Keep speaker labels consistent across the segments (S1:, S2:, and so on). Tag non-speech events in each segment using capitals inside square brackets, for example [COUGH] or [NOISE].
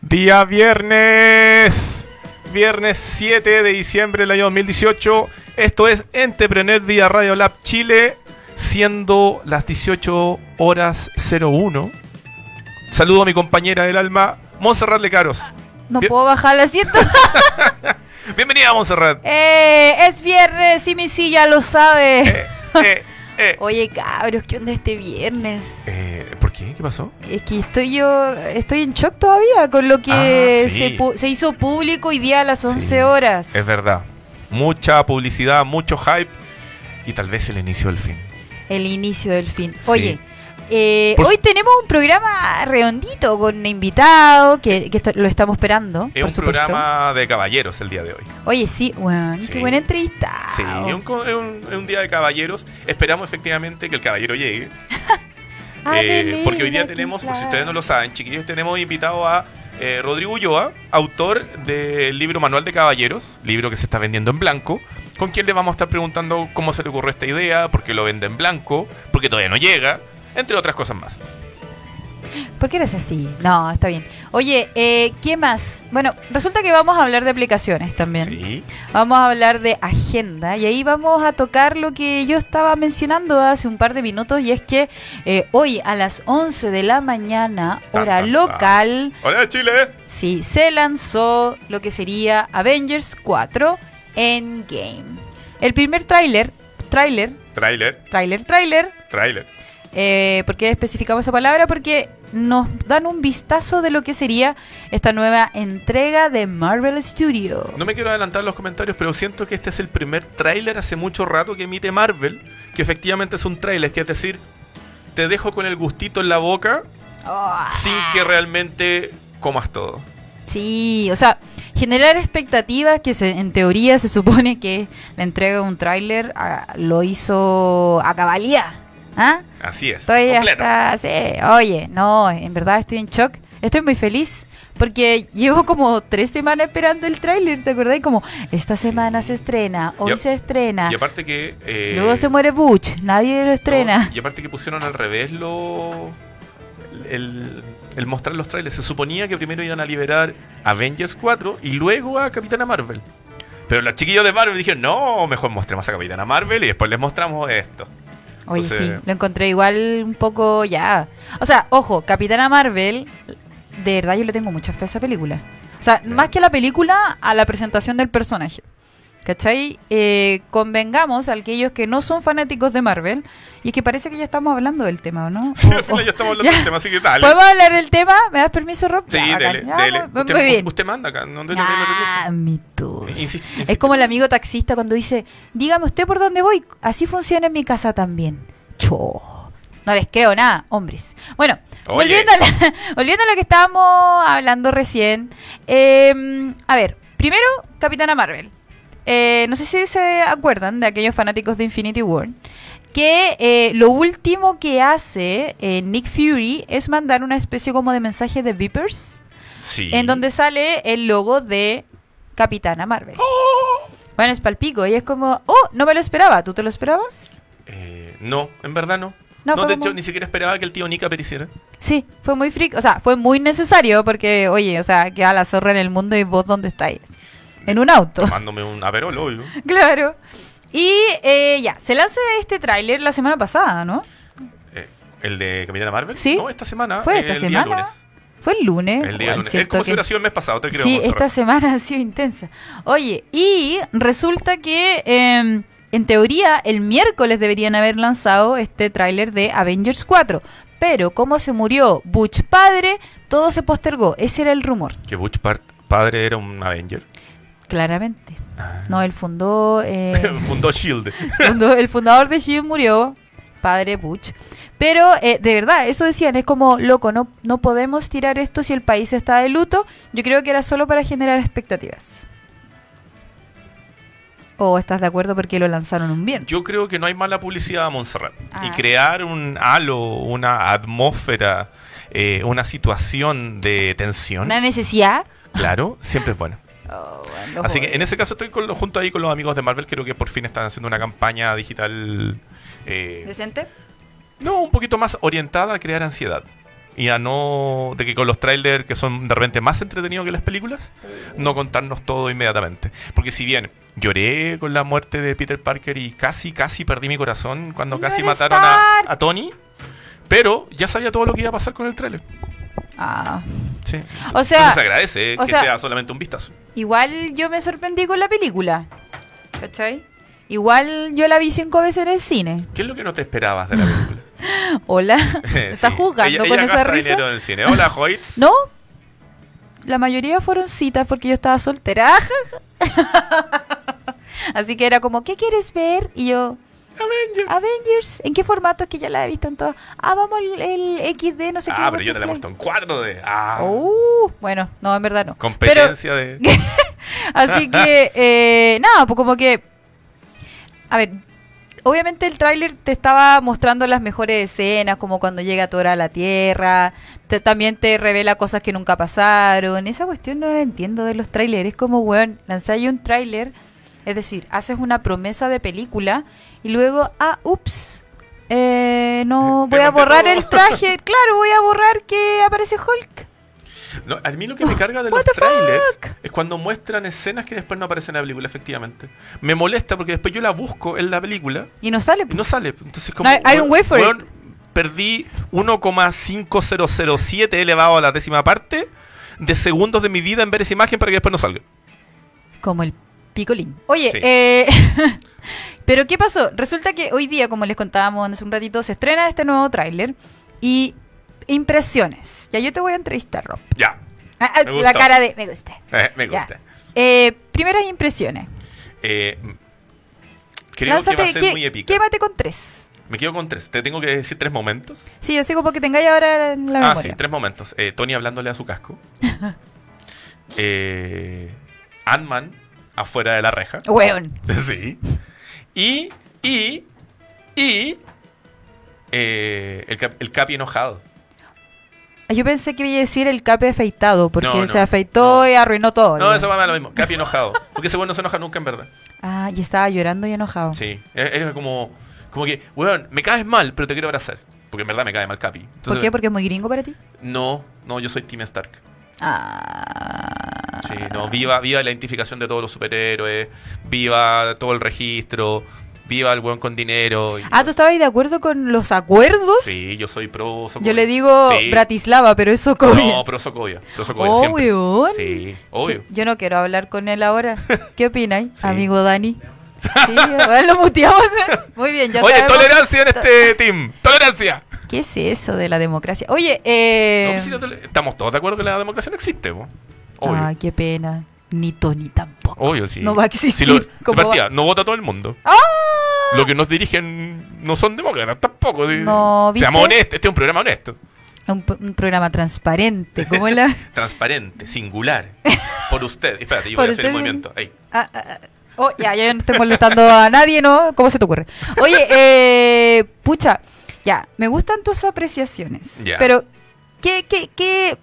S1: Día viernes. Viernes 7 de diciembre del año 2018. Esto es Entrepreneur vía Radio Lab Chile, siendo las 18 horas 01. Saludo a mi compañera del alma, Montserrat Lecaros.
S2: No
S1: Bien.
S2: puedo bajar el asiento.
S1: [LAUGHS] Bienvenida,
S2: [LAUGHS]
S1: Montserrat.
S2: Eh, es viernes y mi silla lo sabe.
S1: Eh, eh, eh.
S2: Oye, cabros, ¿qué onda este viernes?
S1: Eh, ¿Por qué? ¿Qué pasó?
S2: Es que estoy yo, estoy en shock todavía con lo que
S1: Ah, sí.
S2: se, pu- se hizo público hoy día a las 11
S1: Sí,
S2: horas.
S1: Es verdad. Mucha publicidad, mucho hype y tal vez el inicio del fin.
S2: El inicio del fin.
S1: Sí. Pues
S2: Oye, eh,
S1: Por-
S2: hoy tenemos un programa redondito con invitado que, que esto- lo estamos esperando.
S1: Es
S2: por
S1: un
S2: supuesto.
S1: programa de caballeros el día de hoy.
S2: Oye, sí, weón,
S1: Sí.
S2: qué buena entrevista. Ah,
S1: Sí, es un, co- es un- es un día de caballeros. Esperamos efectivamente que el caballero llegue.
S2: Ah,
S1: eh, porque hoy día tenemos, por si ustedes no lo saben, chiquillos, tenemos invitado a eh, Rodrigo Ulloa, autor del libro Manual de Caballeros, libro que se está vendiendo en blanco, con quien le vamos a estar preguntando cómo se le ocurrió esta idea, por qué lo vende en blanco, por qué todavía no llega, entre otras cosas más.
S2: ¿Por qué eres así? No, está bien. Oye, eh, ¿qué más? Bueno, resulta que vamos a hablar de aplicaciones también.
S1: Sí,
S2: Vamos a hablar de agenda y ahí vamos a tocar lo que yo estaba mencionando hace un par de minutos y es que eh, hoy a las 11 de la mañana,
S1: Tan,
S2: hora
S1: tan, tan.
S2: local,
S1: Hola Chile.
S2: sí, se lanzó lo que sería Avengers 4 Endgame. El primer tráiler, tráiler,
S1: Trailer,
S2: tráiler, tráiler,
S1: trailer.
S2: eh, ¿Por qué especificamos esa palabra? Porque nos dan un vistazo de lo que sería esta nueva entrega de Marvel Studio.
S1: No me quiero adelantar los comentarios, pero siento que este es el primer tráiler hace mucho rato que emite Marvel, que efectivamente es un tráiler, que es decir, te dejo con el gustito en la boca
S2: Ah,
S1: sin que realmente comas todo.
S2: sí, o sea, generar expectativas que se- en teoría se supone que la entrega de un tráiler ah, lo hizo a cabalía. ¿Ah?
S1: Así es.
S2: Estoy
S1: completo.
S2: hasta- sí, Oye, no, en verdad estoy en shock. Estoy muy feliz porque llevo como tres semanas esperando el tráiler, ¿te acordás? Como, esta semana se estrena, hoy
S1: Yo-
S2: se estrena.
S1: Y aparte que... eh,
S2: Luego se muere Butch, nadie lo estrena.
S1: no, y aparte que pusieron al revés lo... El, el mostrar los trailers. Se suponía que primero iban a liberar Avengers 4 y luego a Capitana Marvel. Pero los chiquillos de Marvel dijeron, no, mejor mostremos a Capitana Marvel y después les mostramos esto.
S2: Oye,
S1: entonces-
S2: sí, lo encontré igual un poco ya. O sea, ojo, Capitana Marvel, de verdad yo le tengo mucha fe a esa película. O sea,
S1: Ya.
S2: más que a la película, a la presentación del personaje. ¿Cachai? Eh, convengamos a aquellos que no son fanáticos de Marvel y que parece que ya estamos hablando del tema, ¿o ¿no?
S1: Sí,
S2: O- [LAUGHS]
S1: al final
S2: o-
S1: ya estamos hablando
S2: ya.
S1: del tema, así que dale.
S2: ¿Podemos hablar del tema? ¿Me das permiso, Rob?
S1: Sí,
S2: Ya, bacán.
S1: dele,
S2: Ya,
S1: dele.
S2: muy-
S1: Usted,
S2: muy bien.
S1: usted manda acá, no dele
S2: Ah, mi tos.
S1: Insi-
S2: Es
S1: insi-
S2: como el amigo taxista cuando dice, dígame usted por dónde voy, así funciona en mi casa también. Cho. No les creo nada, hombres. Bueno,
S1: Oye.
S2: volviendo a, la- [LAUGHS] volviendo a lo que estábamos hablando recién. eh, a ver, primero, Capitana Marvel. Eh, no sé si se acuerdan de aquellos fanáticos de Infinity War que eh, lo último que hace eh, Nick Fury es mandar una especie como de mensaje de Vipers
S1: Sí.
S2: en donde sale el logo de Capitana Marvel.
S1: ¡Oh!
S2: Bueno, es palpico. Y es como, oh, no me lo esperaba. ¿Tú te lo esperabas?
S1: Eh, no, en verdad no. No,
S2: No, fue
S1: de
S2: como-
S1: hecho, ni siquiera esperaba que el tío Nick apareciera.
S2: Sí, fue muy freak. O sea, fue muy necesario porque, oye, o sea, queda la zorra en el mundo y vos dónde estáis. En un auto. [LAUGHS]
S1: Tomándome un aperol, obvio.
S2: claro. Y eh, ya, se lanza este tráiler la semana pasada, ¿no?
S1: Eh, ¿El de Capitana Marvel?
S2: Sí.
S1: No, esta semana.
S2: Fue esta
S1: el
S2: semana.
S1: Día lunes.
S2: Fue el lunes.
S1: El día
S2: Juan,
S1: lunes. Es
S2: siento
S1: como si
S2: que-
S1: hubiera sido el mes pasado, te creo.
S2: Sí,
S1: Monserrat.
S2: esta semana [LAUGHS] ha sido intensa. Oye, y resulta que eh, en teoría el miércoles deberían haber lanzado este tráiler de Avengers 4. Pero como se murió Butch padre, todo se postergó. Ese era el rumor,
S1: Que Butch Part- padre era un Avenger.
S2: claramente. No, él fundó... eh,
S1: [LAUGHS] Fundó Shield.
S2: Cuando el fundador de Shield murió, padre Butch. Pero eh, de verdad, eso decían, es como, loco, no, no podemos tirar esto si el país está de luto. Yo creo que era solo para generar expectativas. ¿O estás de acuerdo porque lo lanzaron un bien?
S1: Yo creo que no hay mala publicidad a Montserrat. Y
S2: Ah.
S1: crear un halo, una atmósfera, eh, una situación de tensión,
S2: Una necesidad.
S1: claro, siempre es bueno.
S2: Oh, bueno, [LAUGHS] lo
S1: Así
S2: joder.
S1: que en ese caso estoy con, lo- junto ahí con los amigos de Marvel. Creo que por fin están haciendo una campaña digital. eh,
S2: ¿Decente?
S1: no, un poquito más orientada a crear ansiedad. y a no. de que con los trailers que son de repente más entretenidos que las películas, no contarnos todo inmediatamente. Porque si bien lloré con la muerte de Peter Parker y casi, casi perdí mi corazón cuando
S2: No
S1: casi
S2: eres
S1: mataron a,
S2: Stark.
S1: a Tony, pero ya sabía todo lo que iba a pasar con el trailer.
S2: Ah.
S1: Sí.
S2: O sea,
S1: Entonces agradece eh,
S2: o
S1: que
S2: sea-
S1: sea solamente un vistazo.
S2: Igual yo me sorprendí con la película. ¿Cachai? Igual yo la vi cinco veces en el cine.
S1: ¿Qué es lo que no te esperabas de la película?
S2: Hola.
S1: [LAUGHS] Sí.
S2: ¿Estás juzgando
S1: Ella-
S2: con
S1: ella
S2: esa
S1: gasta
S2: risa?
S1: dinero en el cine. Hola, Hoyts.
S2: No. La mayoría fueron citas porque yo estaba soltera. [LAUGHS] Así que era como, ¿qué quieres ver? Y yo,
S1: Avengers.
S2: Avengers. ¿En qué formato? Es que ya la he visto en todas. Ah, vamos el, el XD, no sé qué.
S1: Ah, pero yo te la he
S2: mucho
S1: puesto en 4D. Ah,
S2: Uh, bueno, no, en verdad no. Pero,
S1: competencia
S2: [LAUGHS]
S1: de.
S2: así que, eh, nada, pues como que. A ver, obviamente el tráiler te estaba mostrando las mejores escenas, como cuando llega Thor a la Tierra. te- también te revela cosas que nunca pasaron. Esa cuestión no la entiendo de los tráileres. Es como, weón, lanzáis un tráiler. Es decir, haces una promesa de película y luego, ah, ups. eh, no
S1: Te
S2: voy a
S1: conté
S2: borrar
S1: todo.
S2: el traje. Claro, voy a borrar que aparece Hulk.
S1: No, a mí lo que me carga de los
S2: What the
S1: trailers
S2: fuck?
S1: es cuando muestran escenas que después no aparecen en la película, efectivamente. Me molesta porque después yo la busco en la película
S2: Y no sale.
S1: y
S2: pues.
S1: no sale. Entonces, como.
S2: hay- hay un wait for
S1: weón, Perdí 1,5007 elevado a la décima parte de segundos de mi vida en ver esa imagen para que después no salga.
S2: Como el picolín. Oye,
S1: Sí.
S2: eh, [LAUGHS] pero ¿qué pasó? Resulta que hoy día, como les contábamos hace un ratito, se estrena este nuevo tráiler y impresiones. Ya yo te voy a entrevistar, Rob.
S1: Ya,
S2: Ah, ah,
S1: Me
S2: la
S1: gustó.
S2: cara de... Me gusta.
S1: eh, me
S2: Ya.
S1: gusta.
S2: Eh, primeras impresiones.
S1: Eh, creo que va a ser
S2: qué-
S1: muy épica.
S2: quémate con tres.
S1: Me quedo con tres. ¿Te tengo que decir tres momentos?
S2: Sí, yo sigo porque tengáis ahora en la
S1: ah,
S2: memoria.
S1: sí, tres momentos. Eh, Tony hablándole a su
S2: [LAUGHS]
S1: casco. eh, Ant-Man afuera de la reja.
S2: Weón.
S1: [LAUGHS] Sí. Y, y, y... eh, el, cap- el Capi enojado.
S2: Yo pensé que iba a decir el cape afeitado, porque
S1: No, no,
S2: se afeitó
S1: no.
S2: y arruinó todo.
S1: No,
S2: weón.
S1: eso va a lo mismo. Capi enojado. Porque ese bueno no se enoja nunca, en verdad.
S2: Ah, y estaba llorando y enojado.
S1: Sí. Era era como, como que, weón, me caes mal, pero te quiero abrazar. Porque en verdad me cae mal Capi.
S2: ¿Por
S1: Entonces,
S2: qué? ¿Porque es muy gringo para ti?
S1: No, no, yo soy Tim Stark.
S2: Ah.
S1: Sí, no, viva, viva la identificación de todos los superhéroes, viva todo el registro, viva el buen con dinero. y-
S2: Ah, ¿tú estabas de acuerdo con los acuerdos?
S1: Sí, yo soy pro Sokovia.
S2: Yo le digo
S1: Sí.
S2: Bratislava, pero eso como.
S1: No, pro Sokovia, pro Sokovia
S2: oh,
S1: siempre.
S2: weón.
S1: Sí, obvio.
S2: Yo no quiero hablar con él ahora. ¿Qué opináis,
S1: [LAUGHS] Sí.
S2: amigo Dani? Sí, ahora lo muteamos. [LAUGHS] Muy bien, ya
S1: Oye,
S2: sabemos.
S1: tolerancia en este team, tolerancia.
S2: ¿Qué es eso de la democracia? Oye, eh.
S1: No, pues si no tole- Estamos todos de acuerdo que la democracia no existe, po. obvio.
S2: ah, qué pena. Ni Tony tampoco.
S1: Obvio, sí.
S2: no va a
S1: Si
S2: existir.
S1: lo-
S2: ¿Cómo
S1: de
S2: va?
S1: partida, no vota todo el mundo.
S2: ¡Ah!
S1: Los que nos dirigen no son demócratas tampoco. sí.
S2: No, ¿viste?
S1: Seamos honestos, este es un programa honesto.
S2: Un, p- un programa transparente. ¿Cómo
S1: [LAUGHS]
S2: la.?
S1: Transparente,
S2: [LAUGHS]
S1: singular. Por usted. Espérate, yo
S2: Por
S1: voy a hacer el
S2: usted.
S1: movimiento. Ahí.
S2: Ah, ah, ah. Oh, ya, ya no estoy molestando a nadie, ¿no? ¿Cómo se te ocurre? Oye, eh, pucha, ya, me gustan tus apreciaciones.
S1: Ya.
S2: Pero, ¿qué, qué, qué?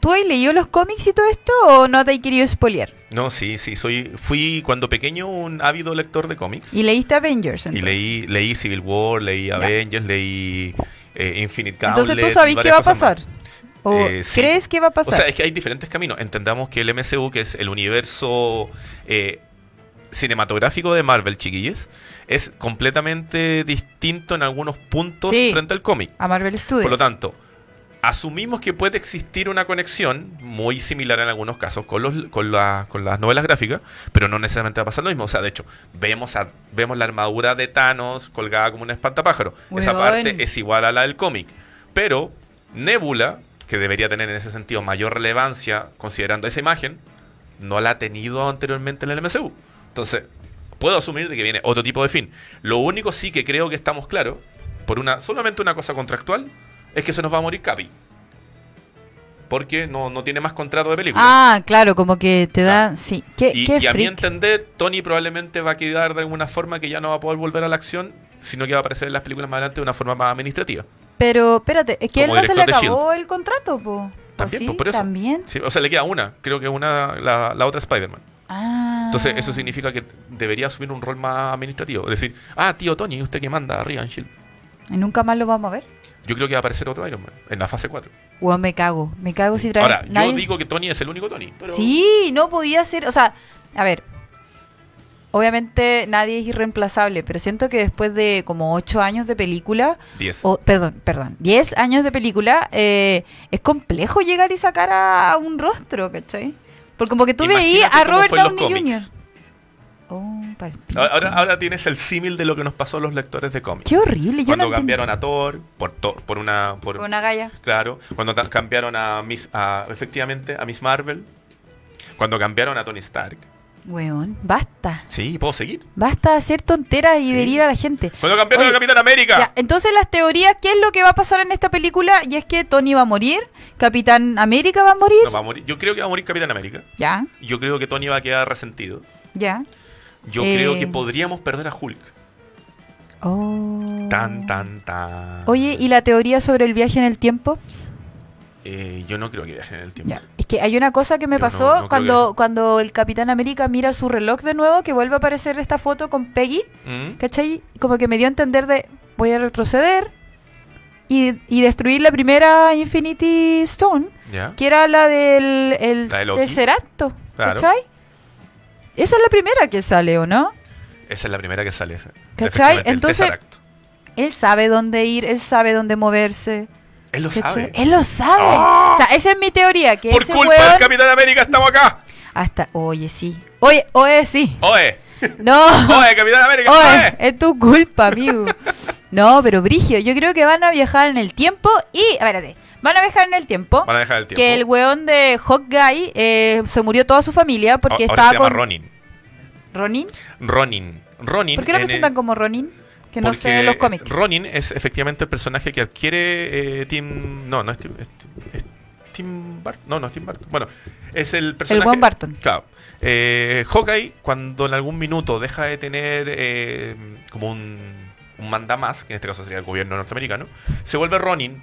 S2: ¿Tú has leído los cómics y todo esto o no te has querido spoilear?
S1: No, sí, sí. Soy, fui cuando pequeño un ávido lector de cómics.
S2: ¿Y leíste Avengers?
S1: Y
S2: entonces?
S1: leí, leí Civil War, leí Avengers, leí eh, Infinite Gauntlet.
S2: Entonces tú
S1: y
S2: sabes qué
S1: varias
S2: va a
S1: cosas más.
S2: pasar. ¿O
S1: Eh, sí.
S2: crees que va a pasar?
S1: O sea, es que hay diferentes caminos. Entendamos que el MCU, que es el universo eh, cinematográfico de Marvel, chiquillos, es completamente distinto en algunos puntos
S2: Sí.
S1: frente al cómic.
S2: a Marvel Studios.
S1: Por lo tanto, asumimos que puede existir una conexión muy similar en algunos casos con, los, con, la- con las novelas gráficas, pero no necesariamente va a pasar lo mismo. O sea, de hecho, vemos, a- vemos la armadura de Thanos colgada como un espantapájaro. Esa
S2: Weón.
S1: parte es igual a la del cómic. Pero Nebula, que debería tener en ese sentido mayor relevancia considerando esa imagen, no la ha tenido anteriormente en el MCU. Entonces, puedo asumir de que viene otro tipo de fin. Lo único sí que creo que estamos claros, por una solamente una cosa contractual, es que se nos va a morir Capi. Porque no, no tiene más contrato de película.
S2: ah, claro, como que te dan. Sí, qué,
S1: y,
S2: qué
S1: y a mi
S2: freak.
S1: entender, Tony probablemente va a quedar de alguna forma que ya no va a poder volver a la acción, sino que va a aparecer en las películas más adelante de una forma más administrativa.
S2: Pero espérate, es que él
S1: Como
S2: no se le
S1: director de
S2: acabó el contrato, po. ¿O
S1: También,
S2: sí?
S1: po, por eso.
S2: También.
S1: Sí, o sea, le queda una, creo que una, la, la otra Spider-Man.
S2: Ah.
S1: Entonces, eso significa que debería asumir un rol más administrativo. Es decir, ah, tío Tony, usted que manda arriba en Shield.
S2: ¿Y nunca más lo vamos a ver?
S1: Yo creo que va a aparecer otro Iron Man en la fase 4.
S2: Weón, me cago. Me cago pues, si trae.
S1: Ahora,
S2: nadie-
S1: yo digo que Tony es el único Tony. Pero
S2: Sí, no podía ser. O sea, a ver. Obviamente nadie es irreemplazable, pero siento que después de como 8 años de película,
S1: 10.
S2: o perdón, perdón, 10 años de película, eh, es complejo llegar y sacar a un rostro, ¿cachai? Porque como que tú veías
S1: Imagínate
S2: a
S1: cómo
S2: Robert
S1: fue en los
S2: Downey Jr.
S1: cómics.
S2: Oh, palpico.
S1: Ahora, ahora tienes el símil de lo que nos pasó a los lectores de cómics.
S2: Qué horrible, yo
S1: Cuando
S2: no
S1: cambiaron a Thor por, Thor- por una. Por,
S2: entendí. Con una galla.
S1: Claro, cuando ta- cambiaron a Miss, a- efectivamente a Miss Marvel, cuando cambiaron a Tony Stark.
S2: Weón, basta.
S1: Sí, puedo seguir.
S2: Basta de hacer tonteras y
S1: Sí.
S2: venir a la gente.
S1: Cuando cambiaron
S2: Oye,
S1: a Capitán América.
S2: Ya, entonces las teorías, ¿qué es lo que va a pasar en esta película? Y es que Tony va a morir, Capitán América va a morir.
S1: No, va a morir. Yo creo que va a morir Capitán América.
S2: Ya,
S1: Yo creo que Tony va a quedar resentido.
S2: ya.
S1: Yo
S2: Eh.
S1: creo que podríamos perder a Hulk.
S2: Oh.
S1: Tan, tan, tan.
S2: Oye, ¿y la teoría sobre el viaje en el tiempo?
S1: Eh, yo no creo que viajen en el tiempo.
S2: Ya. Es que hay una cosa que me
S1: Yo no-
S2: pasó
S1: no creo
S2: cuando,
S1: que-
S2: cuando el Capitán América mira su reloj de nuevo, que vuelve a aparecer esta foto con Peggy,
S1: ¿Mm?
S2: ¿cachai? Como que me dio a entender de voy a retroceder y, y destruir la primera Infinity Stone.
S1: ¿Ya?
S2: que era la del el
S1: La de Loki.
S2: Tesseracto,
S1: Claro.
S2: ¿cachai? Esa es la primera que sale, ¿o no?
S1: Esa es la primera que sale.
S2: ¿Cachai?
S1: Efectivamente, el
S2: Entonces-
S1: Tesseract.
S2: Él sabe dónde ir, él sabe dónde moverse.
S1: Él lo
S2: ¿cachai?
S1: sabe.
S2: Él lo sabe.
S1: ¡Ah!
S2: O sea, esa es mi teoría, que
S1: Por
S2: ese
S1: culpa
S2: weón-
S1: del Capitán América estamos acá.
S2: hasta oye sí. Oye,
S1: [LAUGHS]
S2: oye sí. [LAUGHS]
S1: Oe,
S2: No.
S1: oe, Capitán América,
S2: Oye,
S1: oe.
S2: es tu culpa, amigo. No, pero Brigio, yo creo que van a viajar en el tiempo y. Espérate, van a viajar en el tiempo.
S1: Van a dejar el tiempo.
S2: Que el weón de Hawkeye eh, se murió toda su familia porque
S1: Ahora
S2: estaba
S1: se llama
S2: con.
S1: Ronin.
S2: Ronin.
S1: Ronin. Ronin.
S2: ¿Por qué lo
S1: en, eh,
S2: presentan como Ronin? Que no sé de los
S1: porque
S2: cómics.
S1: Ronin es efectivamente el personaje que adquiere eh, Tim. No, no es Tim. es Tim- es Tim Burton. No, no es Tim Burton. Bueno, es el personaje.
S2: buen Burton.
S1: Claro. Eh, Hawkeye, cuando en algún minuto deja de tener eh, como un, un mandamás, que en este caso sería el gobierno norteamericano, se vuelve Ronin.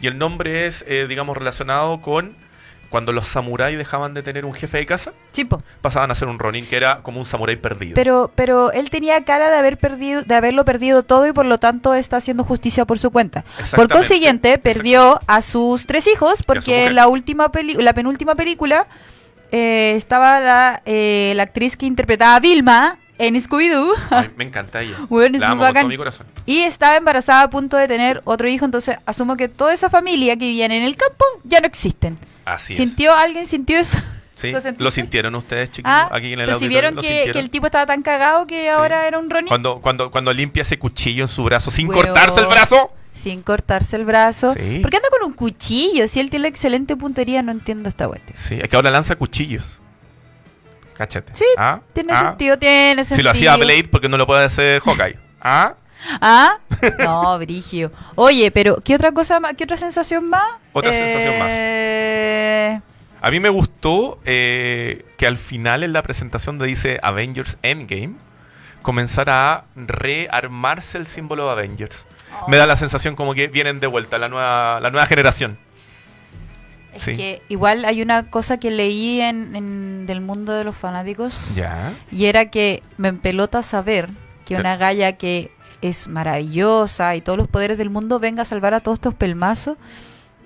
S1: Y el nombre es, eh, digamos, relacionado con cuando los samuráis dejaban de tener un jefe de casa,
S2: Tipo.
S1: pasaban a ser un Ronin, que era como un samurái perdido.
S2: Pero, pero él tenía cara de haber perdido, de haberlo perdido todo y por lo tanto está haciendo justicia por su cuenta. Por
S1: Exactamente.
S2: consiguiente, perdió a sus tres hijos porque
S1: mujer.
S2: en la última peli la penúltima película eh, estaba la, eh, la actriz que interpretaba a Vilma en Scooby-Doo
S1: Ay, me encanta ella.
S2: [LAUGHS] Bueno, es
S1: la
S2: muy
S1: amo con
S2: bacán.
S1: todo mi corazón.
S2: y estaba embarazada a punto de tener otro hijo, entonces asumo que toda esa familia que vivían en el campo ya no existen.
S1: Así
S2: ¿Sintió alguien sintió eso?
S1: es. Sí,
S2: ¿Lo
S1: ¿Lo,
S2: sentiste?
S1: sintieron ustedes, chicos?
S2: Ah,
S1: aquí en el
S2: recibieron
S1: auditorio, ¿lo
S2: que,
S1: sintieron?
S2: que el tipo estaba tan cagado que ahora era un Ronin.
S1: Cuando, cuando, cuando limpia ese cuchillo en su brazo sin
S2: Weón.
S1: cortarse el brazo.
S2: Sin cortarse el brazo.
S1: Sí.
S2: ¿Por qué anda con un cuchillo? Si él tiene excelente puntería, no entiendo esta cuestión.
S1: Sí, es que ahora lanza cuchillos. Cáchate.
S2: Sí,
S1: Ah,
S2: Tiene
S1: ah.
S2: sentido, tiene sentido.
S1: Si lo hacía Blade, porque no lo puede hacer Hawkeye? ¿Ah? [LAUGHS]
S2: ¿Ah? No, Brigio. Oye, pero ¿qué otra cosa más? ¿Qué otra sensación más? Eh,
S1: Otra sensación más.
S2: más.
S1: A mí me gustó eh, que al final en la presentación de dice Avengers Endgame comenzara a rearmarse el símbolo de Avengers. Me da la sensación como que vienen de vuelta la nueva, la nueva generación.
S2: oh, Es
S1: Sí.
S2: que igual hay una cosa que leí en, en- del mundo de los fanáticos.
S1: Ya.
S2: Y era que me empelota saber que
S1: Ya.
S2: una galla que es maravillosa y todos los poderes del mundo venga a salvar a todos estos pelmazos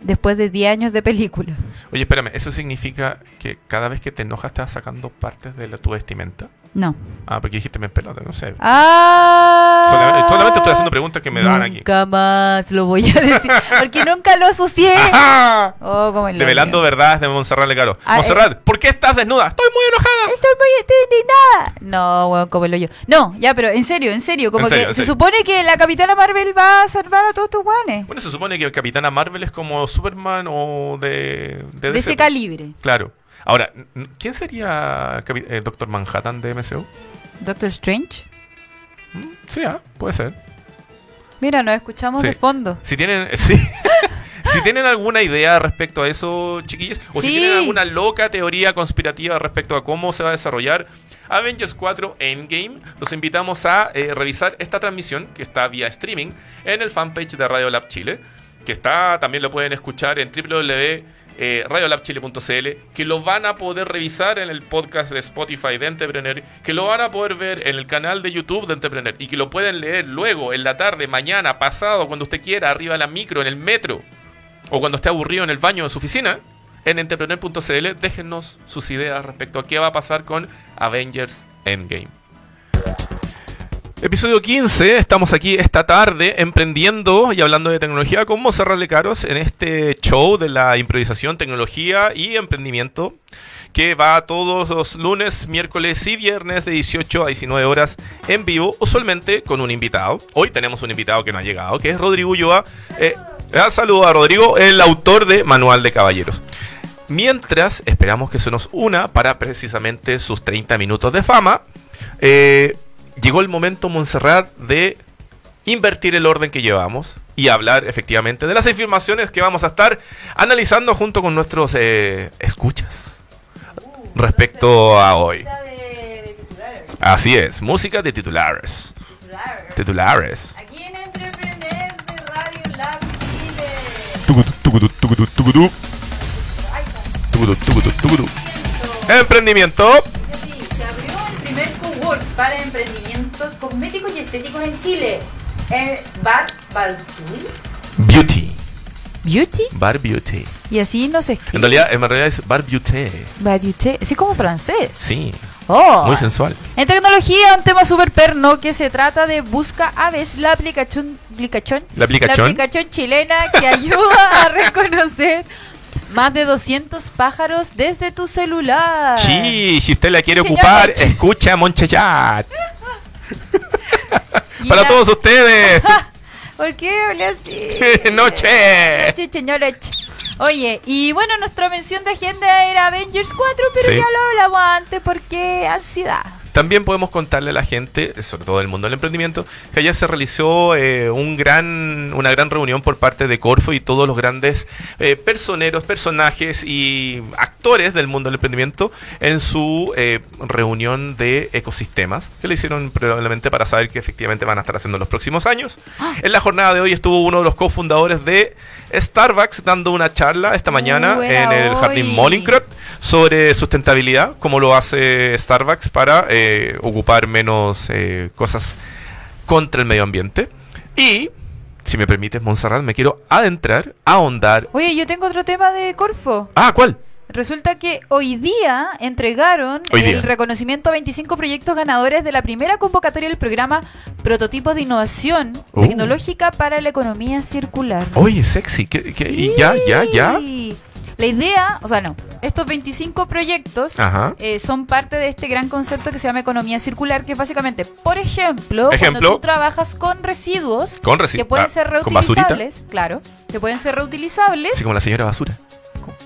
S2: después de 10 años de película.
S1: Oye, espérame, ¿eso significa que cada vez que te enojas estás sacando partes de la- tu vestimenta?
S2: No.
S1: Ah, porque dijiste me pelota, no sé.
S2: ¡Ah!
S1: Solamente, solamente estoy haciendo preguntas que me dan aquí.
S2: Nunca más lo voy a decir. Porque nunca
S1: [LAUGHS]
S2: lo asocié. [LAUGHS]
S1: ¡Ajá!
S2: Oh, como el
S1: Develando verdades de Montserrat Lecaro.
S2: Ah, eh.
S1: Montserrat, ¿por qué estás desnuda? Estoy muy enojada.
S2: Estoy muy estoy indignada. No, weón, como el hoyo. No, ya, pero en serio, en serio. Como
S1: En serio,
S2: que
S1: en
S2: se
S1: serio.
S2: supone que la capitana Marvel va a salvar a todos estos guanes.
S1: Bueno, se supone que Capitana Marvel es como Superman o de... De,
S2: De
S1: DC.
S2: ese calibre.
S1: Claro. Ahora, n- n- ¿quién sería Capi- eh, Doctor Manhattan de MCU?
S2: Doctor Strange.
S1: Mm, Sí, ah, puede ser.
S2: Mira, nos escuchamos
S1: Sí.
S2: de fondo.
S1: Si tienen, [LAUGHS] sí. si tienen alguna idea respecto a eso, chiquillos, o si
S2: Sí.
S1: tienen alguna loca teoría conspirativa respecto a cómo se va a desarrollar Avengers 4 Endgame, los invitamos a eh, revisar esta transmisión que está vía streaming en el fanpage de Radio Lab Chile, que está también lo pueden escuchar en www.radiolabchile.cl eh, radiolabchile.cl, que lo van a poder revisar en el podcast de Spotify de Entrepreneur, que lo van a poder ver en el canal de YouTube de Entrepreneur y que lo pueden leer luego, en la tarde, mañana, pasado, cuando usted quiera, arriba de la micro, en el metro, o cuando esté aburrido en el baño de su oficina, en entrepreneur.cl, déjennos sus ideas respecto a qué va a pasar con Avengers Endgame. Episodio 15, estamos aquí esta tarde emprendiendo y hablando de tecnología con Monserrat Lecaros en este show de la improvisación, tecnología y emprendimiento que va todos los lunes, miércoles y viernes de 18 a 19 horas en vivo, usualmente con un invitado. Hoy tenemos un invitado que no ha llegado, que es Rodrigo Ulloa. Eh, saludo a Rodrigo, el autor de Manual de Caballeros. Mientras esperamos que se nos una para precisamente sus 30 minutos de fama, eh, llegó el momento, Montserrat, de invertir el orden que llevamos y hablar efectivamente de las informaciones que vamos a estar analizando junto con nuestros eh, escuchas uh, respecto a hoy.
S2: De, de
S1: Así es, música de titulares.
S2: Titulares.
S1: Titulares.
S2: Aquí en Entrepreneur de Radio Lab Chile.
S1: Tucutu, tucutu, tucutu, tucutu.
S2: Ay, con
S1: Tucutu, tucutu, tucutu.
S2: esto.
S1: Emprendimiento.
S2: Dice así, se abrió el primer cowork para emprendimientos cosméticos y estéticos en Chile. Eh, El Bar Baltul.
S1: Beauty.
S2: Beauty.
S1: Bar Beauty.
S2: Y así no se
S1: En
S2: escribe.
S1: realidad, en realidad es Bar Beauty.
S2: Baduché. Sí, como francés.
S1: Sí,
S2: Oh.
S1: muy sensual.
S2: En tecnología, un tema súper perno que se trata de Busca Aves, la aplicación, aplicación,
S1: La
S2: la
S1: aplicación.
S2: aplicación chilena que [LAUGHS] ayuda a reconocer más de 200 pájaros desde tu celular.
S1: Sí, si usted la quiere
S2: Señor
S1: ocupar,
S2: Monch.
S1: escucha Monchayat.
S2: Y
S1: Para
S2: la-
S1: todos
S2: [LAUGHS]
S1: ustedes. [LAUGHS]
S2: ¿Por qué hablé así?
S1: Noche.
S2: Noche, señores. Oye, y bueno, nuestra mención de agenda era Avengers 4, pero
S1: Sí.
S2: ya lo hablamos antes porque ansiedad.
S1: También podemos contarle a la gente, sobre todo del mundo del emprendimiento, que allá se realizó eh, un gran, una gran reunión por parte de Corfo y todos los grandes eh, personeros, personajes y actores del mundo del emprendimiento en su eh, reunión de ecosistemas, que le hicieron probablemente para saber qué efectivamente van a estar haciendo en los próximos años. En la jornada de hoy estuvo uno de los cofundadores de Starbucks dando una charla esta mañana
S2: Uh,
S1: en
S2: era
S1: el
S2: hoy.
S1: Jardín Mollincrot sobre sustentabilidad, cómo lo hace Starbucks para eh, ocupar menos eh, cosas contra el medio ambiente. Y, si me permites, Monserrat, me quiero adentrar, ahondar.
S2: Oye, yo tengo otro tema de Corfo.
S1: Ah, ¿cuál?
S2: Resulta que hoy día entregaron
S1: Hoy
S2: el
S1: día.
S2: reconocimiento a 25 proyectos ganadores de la primera convocatoria del programa Prototipos de Innovación
S1: Oh.
S2: Tecnológica para la Economía Circular.
S1: Oye, sexy. ¿qué- qué- ¿Y ya, ya, ya?
S2: Sí. La idea, o sea, no, estos 25 proyectos
S1: Ajá.
S2: eh, son parte de este gran concepto que se llama economía circular, que es básicamente, por ejemplo,
S1: Ejemplo.
S2: cuando tú trabajas con residuos
S1: Con reci-
S2: que pueden
S1: ah,
S2: ser
S1: Con basurita.
S2: reutilizables, claro, que pueden ser reutilizables,
S1: Así como la señora basura.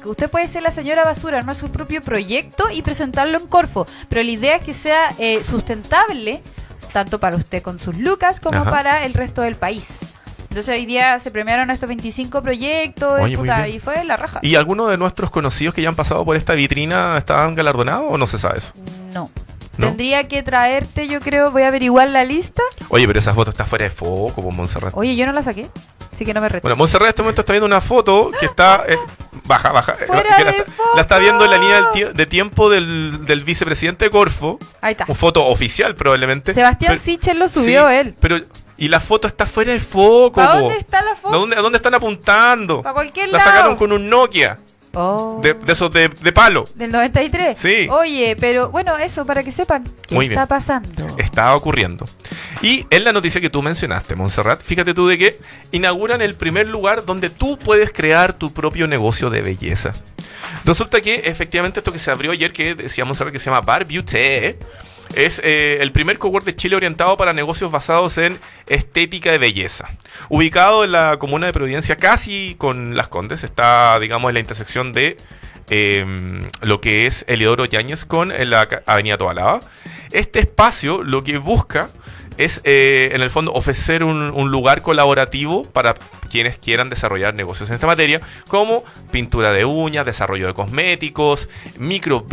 S2: que usted puede ser la señora basura, armar su propio proyecto y presentarlo en Corfo, pero la idea es que sea eh, sustentable tanto para usted con sus lucas como
S1: Ajá.
S2: para el resto del país. Entonces hoy día se premiaron a estos 25 proyectos
S1: Oye,
S2: y,
S1: muy
S2: puta,
S1: bien.
S2: y fue la raja.
S1: ¿Y algunos de nuestros conocidos que ya han pasado por esta vitrina estaban galardonados o no se sabe eso?
S2: No.
S1: ¿No?
S2: Tendría que traerte, yo creo, voy a averiguar la lista.
S1: Oye, pero esa foto está fuera de foco, pues, Montserrat.
S2: Oye, yo no la saqué, así que no me reto.
S1: Bueno, Montserrat en este momento está viendo una foto que está. eh, baja, baja. eh,
S2: Fuera
S1: que la,
S2: de
S1: está, la está viendo en la línea del
S2: foco.
S1: tie- de tiempo del, del vicepresidente de Corfo.
S2: Ahí está.
S1: Una foto oficial, probablemente.
S2: Sebastián
S1: Pero-
S2: Sichel lo subió
S1: sí,
S2: él.
S1: Pero. Y la foto está fuera de foco.
S2: ¿Para
S1: po.
S2: dónde está la
S1: ¿A
S2: foto?
S1: dónde, a dónde están apuntando?
S2: ¿Para cualquier
S1: La
S2: lado?
S1: sacaron con un Nokia.
S2: Oh.
S1: De, de esos de, de palo.
S2: ¿Del 93?
S1: Sí.
S2: Oye, pero bueno, eso, para que sepan qué
S1: Muy
S2: está
S1: bien.
S2: pasando.
S1: Estaba ocurriendo. Y en la noticia que tú mencionaste, Montserrat, fíjate tú de que inauguran el primer lugar donde tú puedes crear tu propio negocio de belleza. Resulta que efectivamente esto que se abrió ayer, que decíamos Montserrat que se llama Bar Beauty, es eh, el primer cowork de Chile orientado para negocios basados en estética de belleza. Ubicado en la comuna de Providencia, casi con Las Condes, está, digamos, en la intersección de eh, lo que es Eleodoro Yáñez con eh, la ca- Avenida Tobalaba. Este espacio lo que busca es, eh, en el fondo, ofrecer un, un lugar colaborativo para quienes quieran desarrollar negocios en esta materia, como pintura de uñas, desarrollo de cosméticos, micro,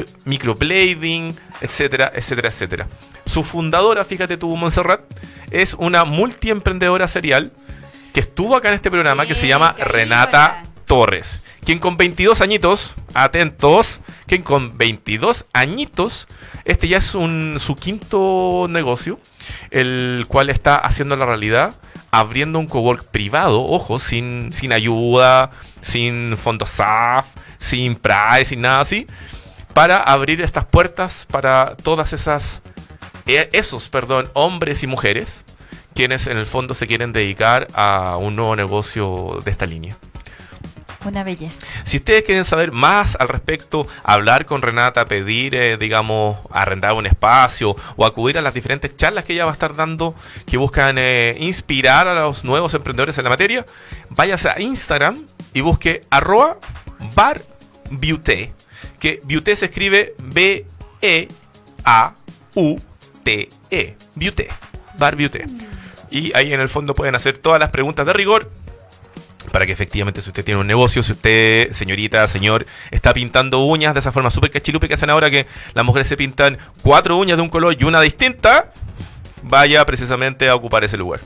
S1: microblading, etcétera, etcétera, etcétera. Su fundadora, fíjate tú, Montserrat, es una multiemprendedora serial que estuvo acá en este programa que se
S2: Bien,
S1: llama
S2: caída.
S1: Renata Torres, quien con 22 añitos, atentos, quien con 22 añitos, este ya es un, su quinto negocio, el cual está haciendo la realidad, abriendo un cowork privado, ojo, sin, sin ayuda, sin fondos SAF, sin PRAE, sin nada así, para abrir estas puertas para todas esas, eh, esos, perdón, hombres y mujeres, quienes en el fondo se quieren dedicar a un nuevo negocio de esta línea.
S2: Una belleza.
S1: Si ustedes quieren saber más al respecto, hablar con Renata, pedir, eh, digamos, arrendar un espacio o acudir a las diferentes charlas que ella va a estar dando que buscan eh, inspirar a los nuevos emprendedores en la materia, váyase a Instagram y busque arroba bar Beauté, que Beauté se escribe E B-E-A-U-T-E, Beauté, bar Beauté. E, Y ahí en el fondo pueden hacer todas las preguntas de rigor para que efectivamente si usted tiene un negocio, si usted, señorita, señor, está pintando uñas de esa forma súper cachilupe que hacen ahora que las mujeres se pintan cuatro uñas de un color y una distinta, vaya precisamente a ocupar ese lugar.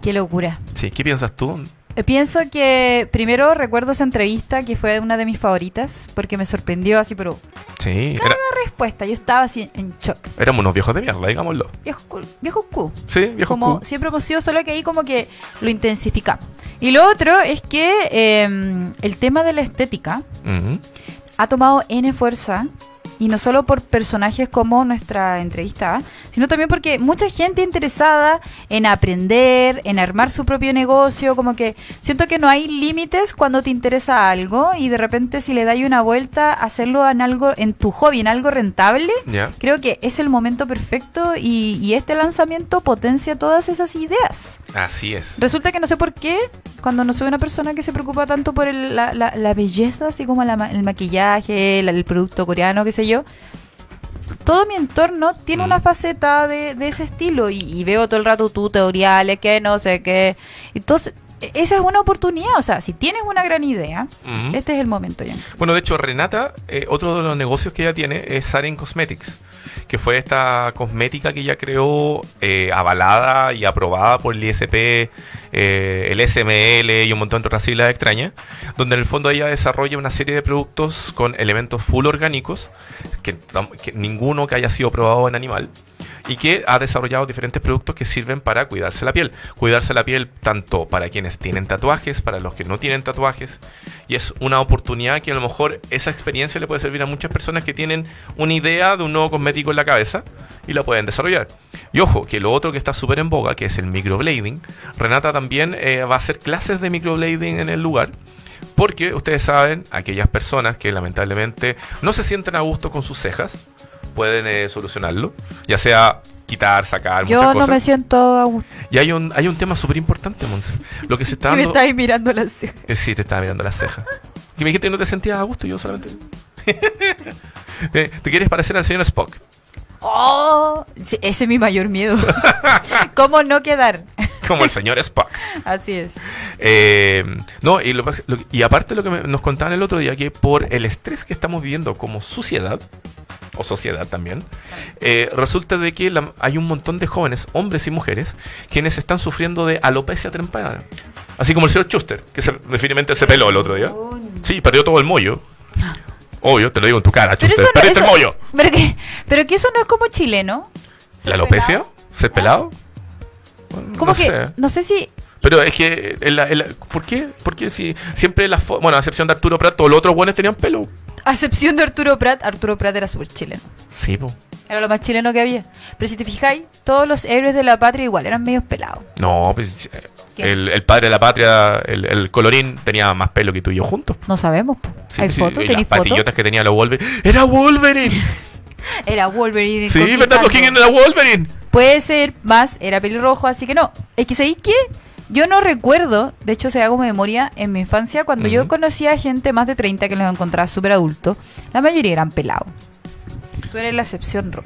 S2: Qué locura.
S1: Sí, ¿qué piensas tú?
S2: Eh, Pienso que primero recuerdo esa entrevista que fue una de mis favoritas porque me sorprendió así, pero
S1: Sí,
S2: cada
S1: era-
S2: respuesta yo estaba así en shock.
S1: éramos unos viejos de mierda, digámoslo.
S2: Viejo, cu- viejo cu.
S1: Sí, viejos
S2: como
S1: cu.
S2: siempre hemos sido, solo que ahí como que lo intensificamos. Y lo otro es que eh, el tema de la estética
S1: Ujú.
S2: ha tomado N fuerza. Y no solo por personajes como nuestra entrevista, sino también porque mucha gente interesada en aprender, en armar su propio negocio, como que siento que no hay límites cuando te interesa algo y de repente si le das una vuelta, hacerlo en algo, en tu hobby, en algo rentable,
S1: Ya.
S2: Creo que es el momento perfecto y, y este lanzamiento potencia todas esas ideas.
S1: Así es.
S2: Resulta que no sé por qué, cuando no soy una persona que se preocupa tanto por el- la, la- la belleza, así como la ma- el maquillaje, la- el producto coreano, qué sé yo, todo mi entorno tiene
S1: Mm.
S2: una faceta de, de ese estilo y, y veo todo el rato tutoriales, que no sé qué. Entonces, e- esa es una oportunidad. O sea, si tienes una gran idea,
S1: Ujú.
S2: este es el momento ya.
S1: Bueno, de hecho, Renata, eh, otro de los negocios que ella tiene es Saren Cosmetics, que fue esta cosmética que ella creó, eh, avalada y aprobada por el ISP, eh, el SML y un montón de otras siglas extrañas, donde en el fondo ella desarrolla una serie de productos con elementos full orgánicos, que, tam- que ninguno que haya sido probado en animal. Y que ha desarrollado diferentes productos que sirven para cuidarse la piel. Cuidarse la piel tanto para quienes tienen tatuajes, para los que no tienen tatuajes, y es una oportunidad que a lo mejor esa experiencia le puede servir a muchas personas que tienen una idea de un nuevo cosmético en la cabeza y la pueden desarrollar. Y ojo, que lo otro que está súper en boga, que es el microblading, Renata también eh, va a hacer clases de microblading en el lugar. Porque ustedes saben, aquellas personas que lamentablemente no se sienten a gusto con sus cejas, pueden eh, solucionarlo, ya sea quitar, sacar,
S2: Yo
S1: muchas
S2: no me
S1: cosas.
S2: siento a gusto. [LAUGHS]
S1: Y hay un, hay un tema súper importante, Monse. Lo que se está
S2: Y me
S1: dando...
S2: estáis mirando las cejas.
S1: Eh, Sí, te estaba mirando las cejas. Que me dijiste que no te sentías a gusto, yo solamente. [LAUGHS] Eh, ¿Te quieres parecer al señor Spock?
S2: Oh, sí, ese es mi
S1: [LAUGHS]
S2: mayor miedo. [LAUGHS] ¿Cómo no quedar?
S1: Como el señor Spock.
S2: Así es.
S1: Eh, no, y, lo pas- lo- y aparte lo que me- nos contaban el otro día, que por el estrés que estamos viviendo como sociedad, o sociedad también, eh, resulta de que la- hay un montón de jóvenes, hombres y mujeres, quienes están sufriendo de alopecia temprana. Así como el señor Schuster, que se, finalmente se peló el otro día. Sí, perdió todo el mollo. Obvio, te lo digo en tu cara,
S2: Ah. Pero
S1: Schuster.
S2: eso no-
S1: perdiste
S2: eso-
S1: el mollo.
S2: Pero que, pero que eso no es como chileno.
S1: ¿La alopecia? ¿Ser pelado? no
S2: Como ¿Ah? que,
S1: sé.
S2: no sé si.
S1: Pero es que, en la- en la- ¿por qué? ¿Por qué si siempre las fo- bueno, a excepción de Arturo Prat, todos los otros buenos tenían pelo?
S2: A excepción de Arturo Prat, Arturo Prat era súper chileno.
S1: Sí, po.
S2: Era lo más chileno que había. Pero si te fijáis, todos los héroes de la patria igual eran medios pelados.
S1: No, pues eh,
S2: ¿Qué?
S1: el, el padre de la patria, el, el colorín, tenía más pelo que tú y yo juntos.
S2: No sabemos. po.
S1: Sí,
S2: Hay
S1: sí,
S2: fotos,
S1: y las
S2: tenéis fotos.
S1: patillotas que tenía los Wolverine. ¡Era Wolverine!
S2: [LAUGHS] Era Wolverine.
S1: sí,
S2: conquistando.
S1: Fernando Higgins era Wolverine.
S2: Puede ser más, era pelirrojo, así que no. Es que ¿sabéis qué? Yo no recuerdo, de hecho se hago memoria en mi infancia, cuando yo
S1: Ujú.
S2: conocía a gente más de 30 que los encontraba súper adultos, la mayoría eran pelados. Tú eres la
S1: [LAUGHS]
S2: excepción, Rob.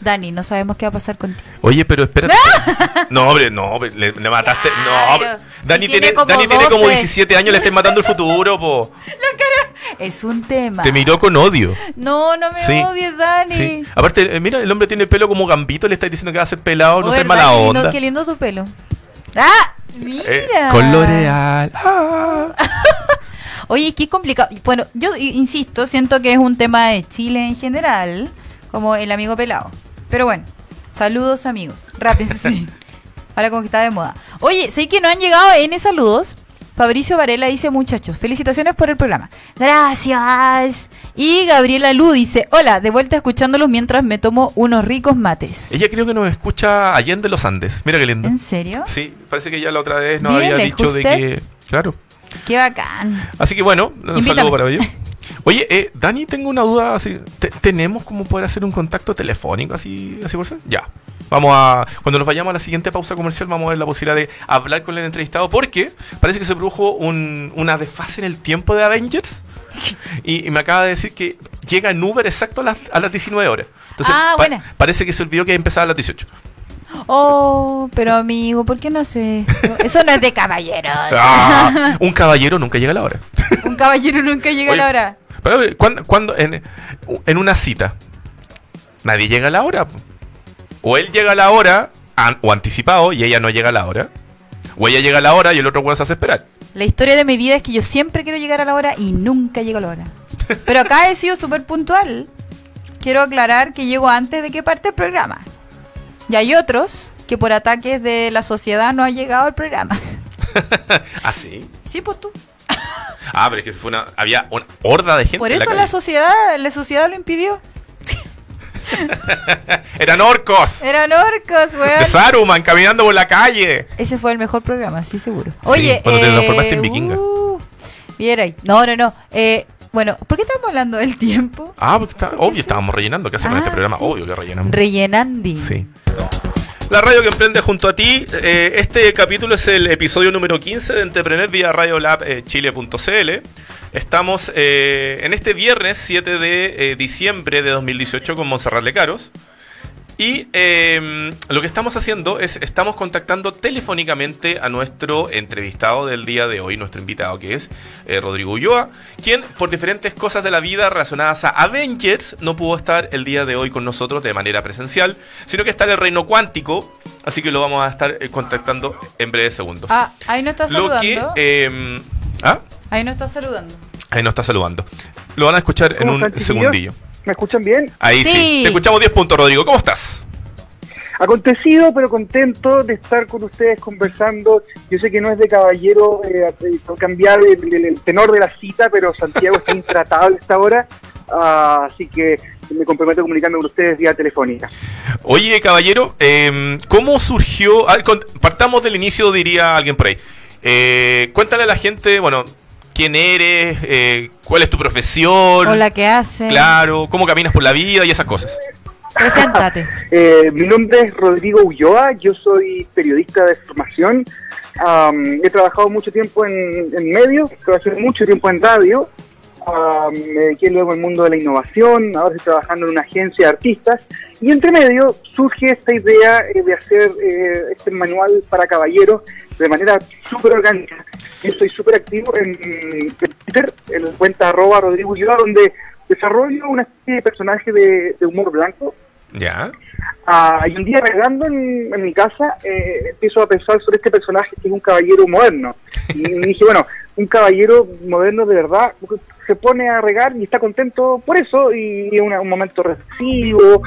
S2: Dani, no sabemos qué va a pasar contigo.
S1: Oye, pero espérate. [LAUGHS] no, hombre, no, hombre, le, le mataste. No,
S2: Claro.
S1: hombre. Dani,
S2: Si
S1: tiene,
S2: tiene como
S1: Dani tiene como
S2: 12.
S1: 17 años, le estás matando el futuro,
S2: [LAUGHS]
S1: po.
S2: Es un tema.
S1: Te miró con odio.
S2: No, no me
S1: Sí.
S2: odies, Dani.
S1: Sí. Aparte, eh, mira, el hombre tiene el pelo como gambito, le estáis diciendo que va a ser pelado, no
S2: Oye,
S1: seas mala
S2: Dani, no,
S1: onda.
S2: Oh, qué lindo tu pelo. ¡Ah! Mira.
S1: Eh, con L'Oreal. Ah.
S2: Oye, qué complicado. Bueno, yo insisto, siento que es un tema de Chile en general, como el amigo pelado. Pero bueno, saludos amigos. [LAUGHS] Rápense. Ahora como que está de moda. Oye, sé que no han llegado N saludos. Fabricio Varela dice, muchachos, felicitaciones por el programa. Gracias. Y Gabriela Lu dice, hola, de vuelta escuchándolos mientras me tomo unos ricos mates.
S1: Ella creo que nos escucha Allende los Andes. Mira qué lindo.
S2: ¿En serio?
S1: Sí, parece que ya la otra vez nos
S2: Bien,
S1: había
S2: ¿le
S1: dicho de
S2: dijiste?
S1: que. Claro.
S2: Qué bacán.
S1: Así que bueno, un
S2: Invítame.
S1: saludo para
S2: [LAUGHS]
S1: ella. Oye, eh, Dani, tengo una duda. así, ¿te- ¿Tenemos cómo poder hacer un contacto telefónico así, así por ser? Ya. Vamos a. Cuando nos vayamos a la siguiente pausa comercial, vamos a ver la posibilidad de hablar con el entrevistado, porque parece que se produjo un- una desfase en el tiempo de Avengers. Y, y me acaba de decir que llega en Uber exacto a las, a las 19 horas. Entonces,
S2: Ah,
S1: pa-
S2: buena.
S1: parece que se olvidó que empezaba a las 18.
S2: Oh, pero amigo, ¿por qué no sé esto? Eso no es de caballero. [LAUGHS]
S1: Ah, un caballero nunca llega a la hora.
S2: Un caballero nunca llega a la
S1: Oye,
S2: hora.
S1: Pero, eh, ¿cuándo, cuándo- en, en una cita? Nadie llega a la hora. po. O él llega a la hora, an- o anticipado, y ella no llega a la hora. O ella llega a la hora y el otro weón se hace esperar.
S2: La historia de mi vida es que yo siempre quiero llegar a la hora y nunca llego a la hora. Pero acá he sido súper puntual. Quiero aclarar que llego antes de que parte el programa. Y hay otros que por ataques de la sociedad no han llegado al programa. [LAUGHS]
S1: ¿Ah, sí?
S2: Sí, pues tú.
S1: Ah, pero es que fue una, había una horda de gente.
S2: Por
S1: en
S2: eso
S1: la
S2: la,
S1: calle.
S2: sociedad, la sociedad lo impidió.
S1: Eran orcos
S2: Eran orcos,
S1: de
S2: weón.
S1: Saruman caminando por la calle.
S2: Ese fue el mejor programa, sí, seguro. Oye, eh,
S1: cuando te transformaste en vikinga.
S2: uh, viera ahí. No, no, no. Eh, bueno, ¿por qué estamos hablando del tiempo?
S1: Ah, porque está- obvio, estábamos rellenando. ¿Qué hacemos en
S2: Ah,
S1: este programa?
S2: sí.
S1: Obvio que rellenamos.
S2: Rellenandi.
S1: Sí. La radio que emprende junto a ti. eh, este capítulo es el episodio número 15 de Entrepreneur vía eh, radiolabchile.cl. Estamos eh, en este viernes 7 de eh, diciembre de 2018 con Monserrat Lecaros. Y eh, lo que estamos haciendo es, estamos contactando telefónicamente a nuestro entrevistado del día de hoy, nuestro invitado que es eh, Rodrigo Ulloa, quien por diferentes cosas de la vida relacionadas a Avengers no pudo estar el día de hoy con nosotros de manera presencial, sino que está en el reino cuántico, así que lo vamos a estar eh, contactando en breves segundos.
S2: Ah, ahí no está
S1: lo
S2: saludando.
S1: que... eh, ah,
S2: Ahí no está saludando.
S1: ahí nos está saludando. Lo van a escuchar en
S3: ¿Cómo
S1: un
S3: están, chiquillos?
S1: segundillo.
S3: ¿Me escuchan bien?
S1: Ahí sí.
S2: Sí.
S1: Te escuchamos 10 puntos, Rodrigo. ¿Cómo estás?
S3: Acontecido, pero contento de estar con ustedes conversando. Yo sé que no es de caballero eh, eh, cambiar el, el- el tenor de la cita, pero Santiago está [LAUGHS] intratable hasta ahora. ah, así que me comprometo a comunicarme con ustedes vía telefónica.
S1: Oye, caballero, eh, ¿cómo surgió? a ver, con- partamos del inicio, diría alguien por ahí. Eh, cuéntale a la gente, bueno, quién eres, eh, cuál es tu profesión,
S2: Hola, ¿qué hace?
S1: claro, cómo caminas por la vida y esas cosas.
S2: Preséntate.
S3: Eh, mi nombre es Rodrigo Ulloa, yo soy periodista de formación. Am, he trabajado mucho tiempo en, en medios, trabajé mucho tiempo en radio. Am, me dediqué luego al mundo de la innovación, ahora estoy trabajando en una agencia de artistas. Y entre medio surge esta idea eh, de hacer eh, este manual para caballeros de manera súper orgánica. Yo estoy súper activo en, en Twitter, en la cuenta arroba Rodrigo Ulloa, donde desarrollo una especie de personaje de- de humor blanco
S1: Ya.
S3: Ah, y un día regando en, en mi casa eh, empiezo a pensar sobre este personaje que es un caballero moderno. Y dije, bueno, un caballero moderno de verdad se pone a regar y está contento por eso y es una- un momento reflexivo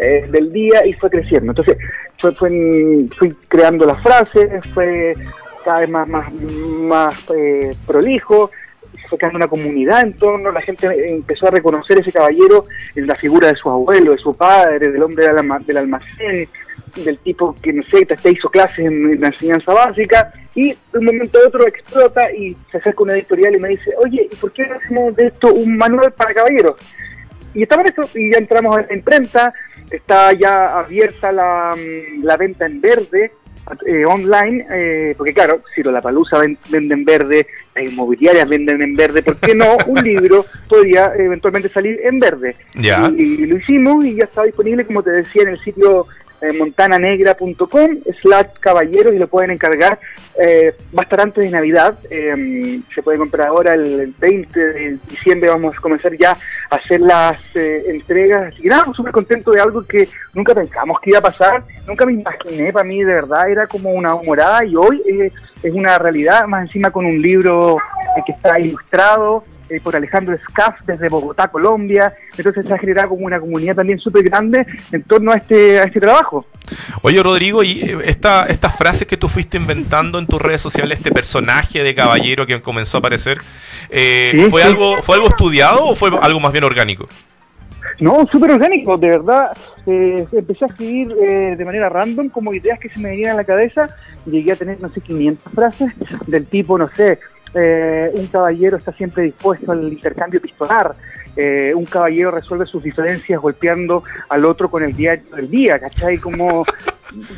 S3: eh, del día y fue creciendo. Entonces fue, fue en- fui creando las frases, fue cada vez más, más, más eh, prolijo, se fue creando una comunidad en torno, la gente empezó a reconocer ese caballero en la figura de su abuelo, de su padre, del hombre del, alma- del almacén, del tipo que, no sé, que hizo clases en, en la enseñanza básica, y de un momento a otro explota y se acerca una editorial y me dice, oye, ¿y por qué no hacemos de esto un manual para caballeros? Y estamos en esto, y ya entramos en la imprenta, está ya abierta la, mm, la venta en verde, eh, online, eh, porque claro, si la palusa vende en verde, las inmobiliarias venden en verde, ¿por qué no? Un libro podría eh, eventualmente salir en verde.
S1: Ya.
S3: Y, y lo hicimos y ya está disponible, como te decía, en el sitio eh, montananegra.com slash caballeros y lo pueden encargar. Eh, va a estar antes de Navidad, eh, se puede comprar ahora el 20 de diciembre, vamos a comenzar ya a hacer las eh, entregas. Así que nada, pues, súper contento de algo que nunca pensamos que iba a pasar, nunca me imaginé, para mí de verdad era como una humorada y hoy eh, es una realidad, más encima con un libro eh, que está ilustrado eh, por Alejandro Scaff desde Bogotá, Colombia. Entonces se ha generado como una comunidad también súper grande en torno a este, a este trabajo.
S1: Oye, Rodrigo, y eh, esta, estas frases que tú fuiste inventando en tus redes sociales, este personaje de caballero que comenzó a aparecer, eh, sí, ¿fue, sí. Algo, ¿fue algo estudiado o fue algo más bien orgánico?
S3: No, súper orgánico, de verdad. Eh, empecé a escribir eh, de manera random, como ideas que se me venían a la cabeza. Llegué a tener, no sé, 500 frases del tipo, no sé, eh, un caballero está siempre dispuesto al intercambio pistolar. Eh, un caballero resuelve sus diferencias golpeando al otro con el día del día, ¿cachai? Como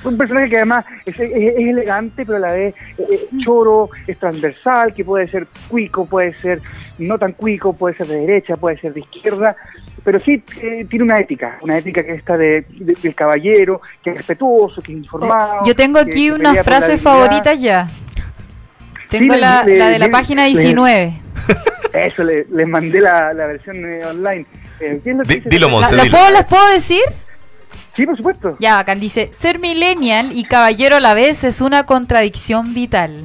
S3: un personaje que además es, es, es elegante, pero a la vez eh, choro, es transversal, que puede ser cuico, puede ser no tan cuico, puede ser de derecha, puede ser de izquierda, pero sí eh, tiene una ética, una ética que está de, de, del caballero, que es respetuoso, que es informado.
S2: Yo tengo aquí unas frases favoritas ya. Tengo sí, la, le, la, de la le, página 19.
S3: Le, eso, les mandé la, la versión eh, online. Eh,
S1: ¿qué es lo que D dice? Dilo, Monse,
S2: ¿La,
S1: dilo. [LAUGHS]
S2: Puedo, ¿Las puedo decir?
S3: Sí, por supuesto.
S2: Ya, Bacán dice, ser millennial y caballero a la vez es una contradicción vital.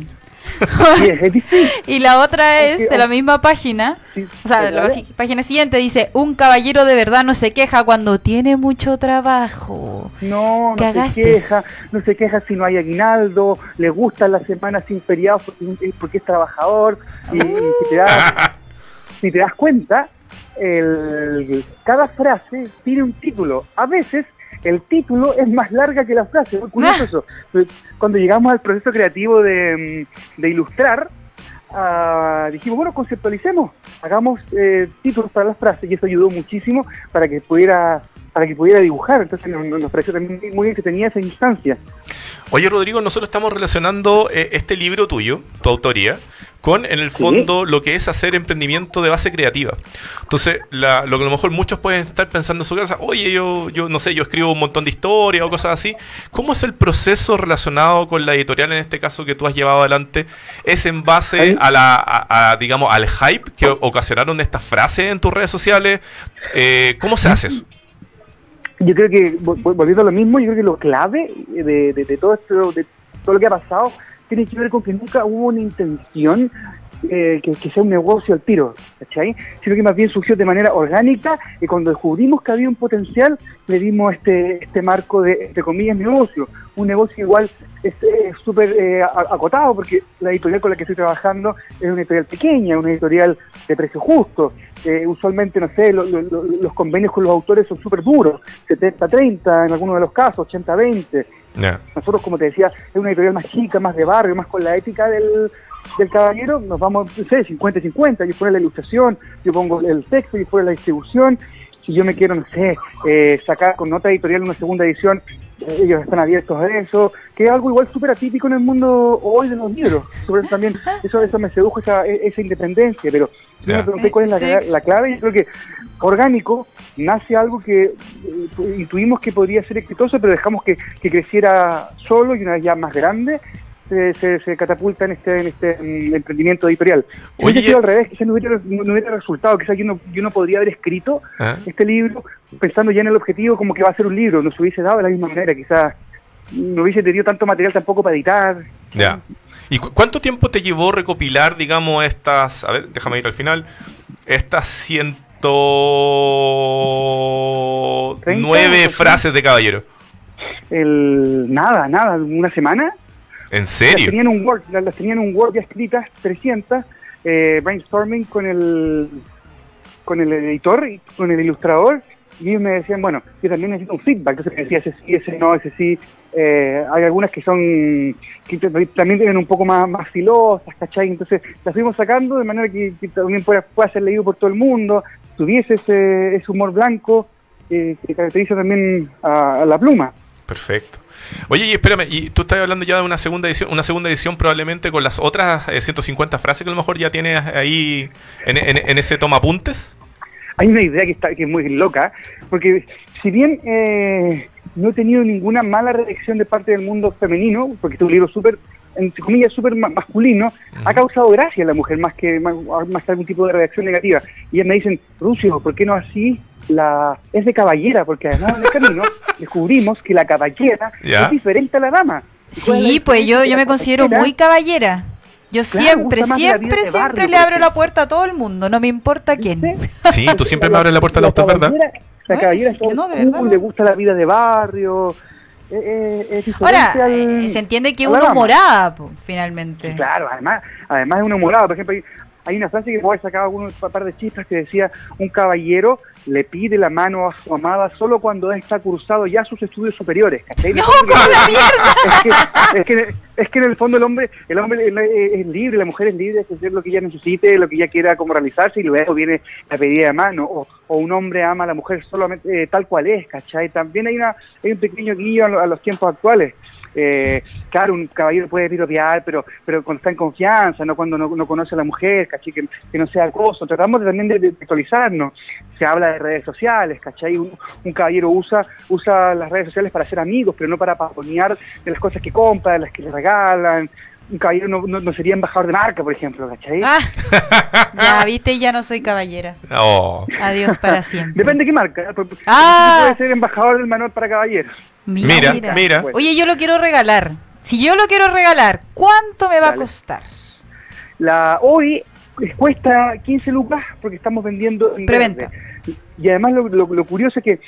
S2: y la otra es de la misma página, sí, o sea, la vez. página siguiente dice, un caballero de verdad no se queja cuando tiene mucho trabajo.
S3: No, no se queja, no se queja si no hay aguinaldo, le gustan las semanas sin feriados porque, porque, es trabajador y, y si, te das, si te das cuenta, el, cada frase tiene un título. A veces el título es más larga que la frase. Muy curioso ah. Cuando llegamos al proceso creativo de, mm, de ilustrar, uh, dijimos, bueno, conceptualicemos, hagamos eh, títulos para las frases y eso ayudó muchísimo para que pudiera para que pudiera dibujar, entonces nos, nos pareció también muy bien que tenía esa instancia.
S1: Oye Rodrigo, nosotros estamos relacionando eh, este libro tuyo, tu autoría, con en el fondo sí. lo que es hacer emprendimiento de base creativa. Entonces, la, lo que a lo mejor muchos pueden estar pensando en su casa, oye, yo, yo no sé, yo escribo un montón de historias o cosas así. ¿Cómo es el proceso relacionado con la editorial en este caso que tú has llevado adelante? ¿Es en base ¿Ay? a la, a, a, digamos, al hype que ocasionaron estas frases en tus redes sociales? Eh, ¿Cómo se hace eso?
S3: Yo creo que, volviendo a lo mismo, yo creo que lo clave de, de, de todo esto, de todo lo que ha pasado, tiene que ver con que nunca hubo una intención eh, que, que, sea un negocio al tiro, ¿cachai? Sino que más bien surgió de manera orgánica y cuando descubrimos que había un potencial, le dimos este, este marco de, entre comillas, negocio. Un negocio igual es súper eh, acotado porque la editorial con la que estoy trabajando es una editorial pequeña, una editorial de precio justo. Eh, usualmente, no sé, lo, lo, lo, los convenios con los autores son súper duros, 70-30 en algunos de los casos, 80-20. No. Nosotros, como te decía, es una editorial más chica, más de barrio, más con la ética del, del caballero, nos vamos, no sé, 50-50, yo pongo la ilustración, yo pongo el texto, yo pongo la distribución. Si yo me quiero, no sé, eh, sacar con nota editorial una segunda edición, eh, ellos están abiertos a eso, que es algo igual súper atípico en el mundo hoy de los libros. Sobre eso también, eso, eso me sedujo esa, e, esa independencia, pero yo me pregunté cuál es la, la clave, yo creo que orgánico nace algo que eh, intuimos que podría ser exitoso, pero dejamos que, que creciera solo y una vez ya más grande, se, se, se, catapulta en este, en este um, emprendimiento editorial. Oye, sido al revés, quizás no hubiera, no hubiera resultado, quizás yo no, yo no podría haber escrito ¿Ah? este libro pensando ya en el objetivo como que va a ser un libro, nos hubiese dado de la misma manera, quizás no hubiese tenido tanto material tampoco para editar.
S1: Ya. ¿Y cu cuánto tiempo te llevó recopilar, digamos, estas, a ver, déjame ir al final, estas 109 frases de caballero?
S3: El, nada, nada, una semana.
S1: ¿En serio?
S3: Las tenían un Word, las, tenían un Word ya escritas, 300, eh, brainstorming con el, con el editor, y con el ilustrador, y ellos me decían, bueno, yo también necesito un feedback, entonces me decía ese sí, ese no, ese sí. Eh, hay algunas que son, que también tienen un poco más, más filosas, ¿cachai? Entonces las fuimos sacando de manera que, que también pueda, pueda, ser leído por todo el mundo, tuviese ese, ese humor blanco eh, que caracteriza también a, a la pluma.
S1: Perfecto. Oye, y espérame, y tú estás hablando ya de una segunda edición, una segunda edición probablemente con las otras eh, 150 frases que a lo mejor ya tienes ahí en, en, en ese toma apuntes.
S3: Hay una idea que está que es muy loca, porque si bien eh, no he tenido ninguna mala reacción de parte del mundo femenino, porque este es un libro súper, entre comillas, súper ma- masculino, ha causado gracia a la mujer más que, más, más que algún tipo de reacción negativa. Y ellas me dicen, Rusio, ¿por qué no así? La, es de caballera, porque además en el camino descubrimos que la caballera
S1: Ya.
S3: es diferente a la dama. ¿Y cuál es la
S2: Sí, pues yo,
S3: diferencia?
S2: yo
S3: La
S2: me considero
S3: caballera-
S2: muy caballera. Yo
S3: Claro,
S2: siempre,
S3: gusta más la vida
S2: siempre,
S3: de
S2: siempre
S3: barrio,
S2: le
S3: por
S2: abro la
S3: ejemplo.
S2: puerta a todo el mundo, no me importa quién.
S3: ¿Viste?
S1: Sí, tú siempre me abres la puerta al auto, ¿verdad?
S3: caballera- La
S2: Ah,
S3: caballera
S2: sí,
S3: es todo
S2: no, de
S3: cool,
S2: verdad, no.
S3: le gusta la vida de barrio. eh, eh, es
S2: Ahora,
S3: diferente al-
S2: eh, se entiende que
S3: a la
S2: uno
S3: dama.
S2: morada, po, finalmente.
S3: Sí, Claro, además, además es una morada. Por ejemplo, hay, hay una frase que puede sacar algunos pa- par de chistes que decía: un caballero le pide la mano a su amada solo cuando está cursado ya sus estudios superiores.
S2: [LAUGHS] [LAUGHS]
S3: ¿cachai?
S2: ¡No,
S3: Entonces,
S2: con
S3: [LAUGHS]
S2: la mierda!
S3: es que, es, que, es que en el fondo el hombre el hombre es, es libre, la mujer es libre de hacer lo que ella necesite, lo que ella quiera como realizarse y luego viene la pedida de mano o, o un hombre ama a la mujer solamente eh, tal cual es, ¿cachai? También hay, una, hay un pequeño guillo a, lo- a los tiempos actuales. Eh, claro, un caballero puede piropear, pero pero cuando está en confianza, no cuando no, no conoce a la mujer, ¿cachai? Que, que no sea acoso. Tratamos de- también de, de actualizarnos. Se habla de redes sociales, ¿cachai? Un, un caballero usa usa las redes sociales para ser amigos, pero no para paponear de las cosas que compra, de las que le regalan. Un caballero no, no, no sería embajador de marca, por ejemplo, ¿cachai?
S2: Ah, ya, viste, ya no soy caballera.
S1: Oh.
S2: Adiós para siempre.
S3: Depende de qué marca. ¿eh? Por- por-
S2: Ah.
S3: Puede ser embajador del manual para caballeros.
S1: Mira, mira.
S3: Bueno.
S2: Oye, yo lo quiero regalar. Si yo lo quiero regalar, ¿cuánto me va a
S3: Dale.
S2: costar?
S3: La, hoy cuesta 15 lucas porque estamos vendiendo en
S2: Preventa.
S3: verde. Y además lo, lo- lo curioso es que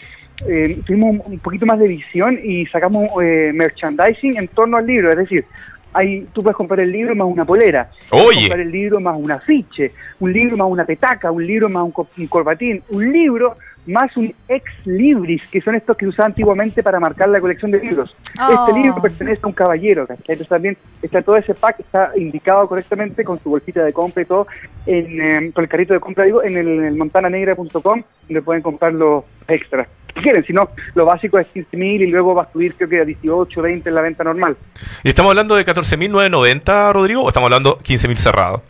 S3: eh, tuvimos un, un poquito más de edición y sacamos eh, merchandising en torno al libro. Es decir, hay, tú puedes comprar el libro más una polera. Puedes
S1: Oye.
S3: comprar el libro más un afiche. Un libro más una petaca. Un libro más un, co- un corbatín. Un libro más un ex libris, que son estos que se usaban antiguamente para marcar la colección de libros.
S2: Oh.
S3: Este libro pertenece a un caballero, ¿cachai? Entonces también está todo ese pack, está indicado correctamente con su bolsita de compra y todo, en, eh, con el carrito de compra, digo, en el, en el montananegra.com, donde pueden comprar los extras. Si quieren, si no, lo básico es 15.000 y luego va a subir creo que a 18, 20 en la venta normal.
S1: ¿Y estamos hablando de 14.990, Rodrigo, o estamos hablando 15.000 cerrado?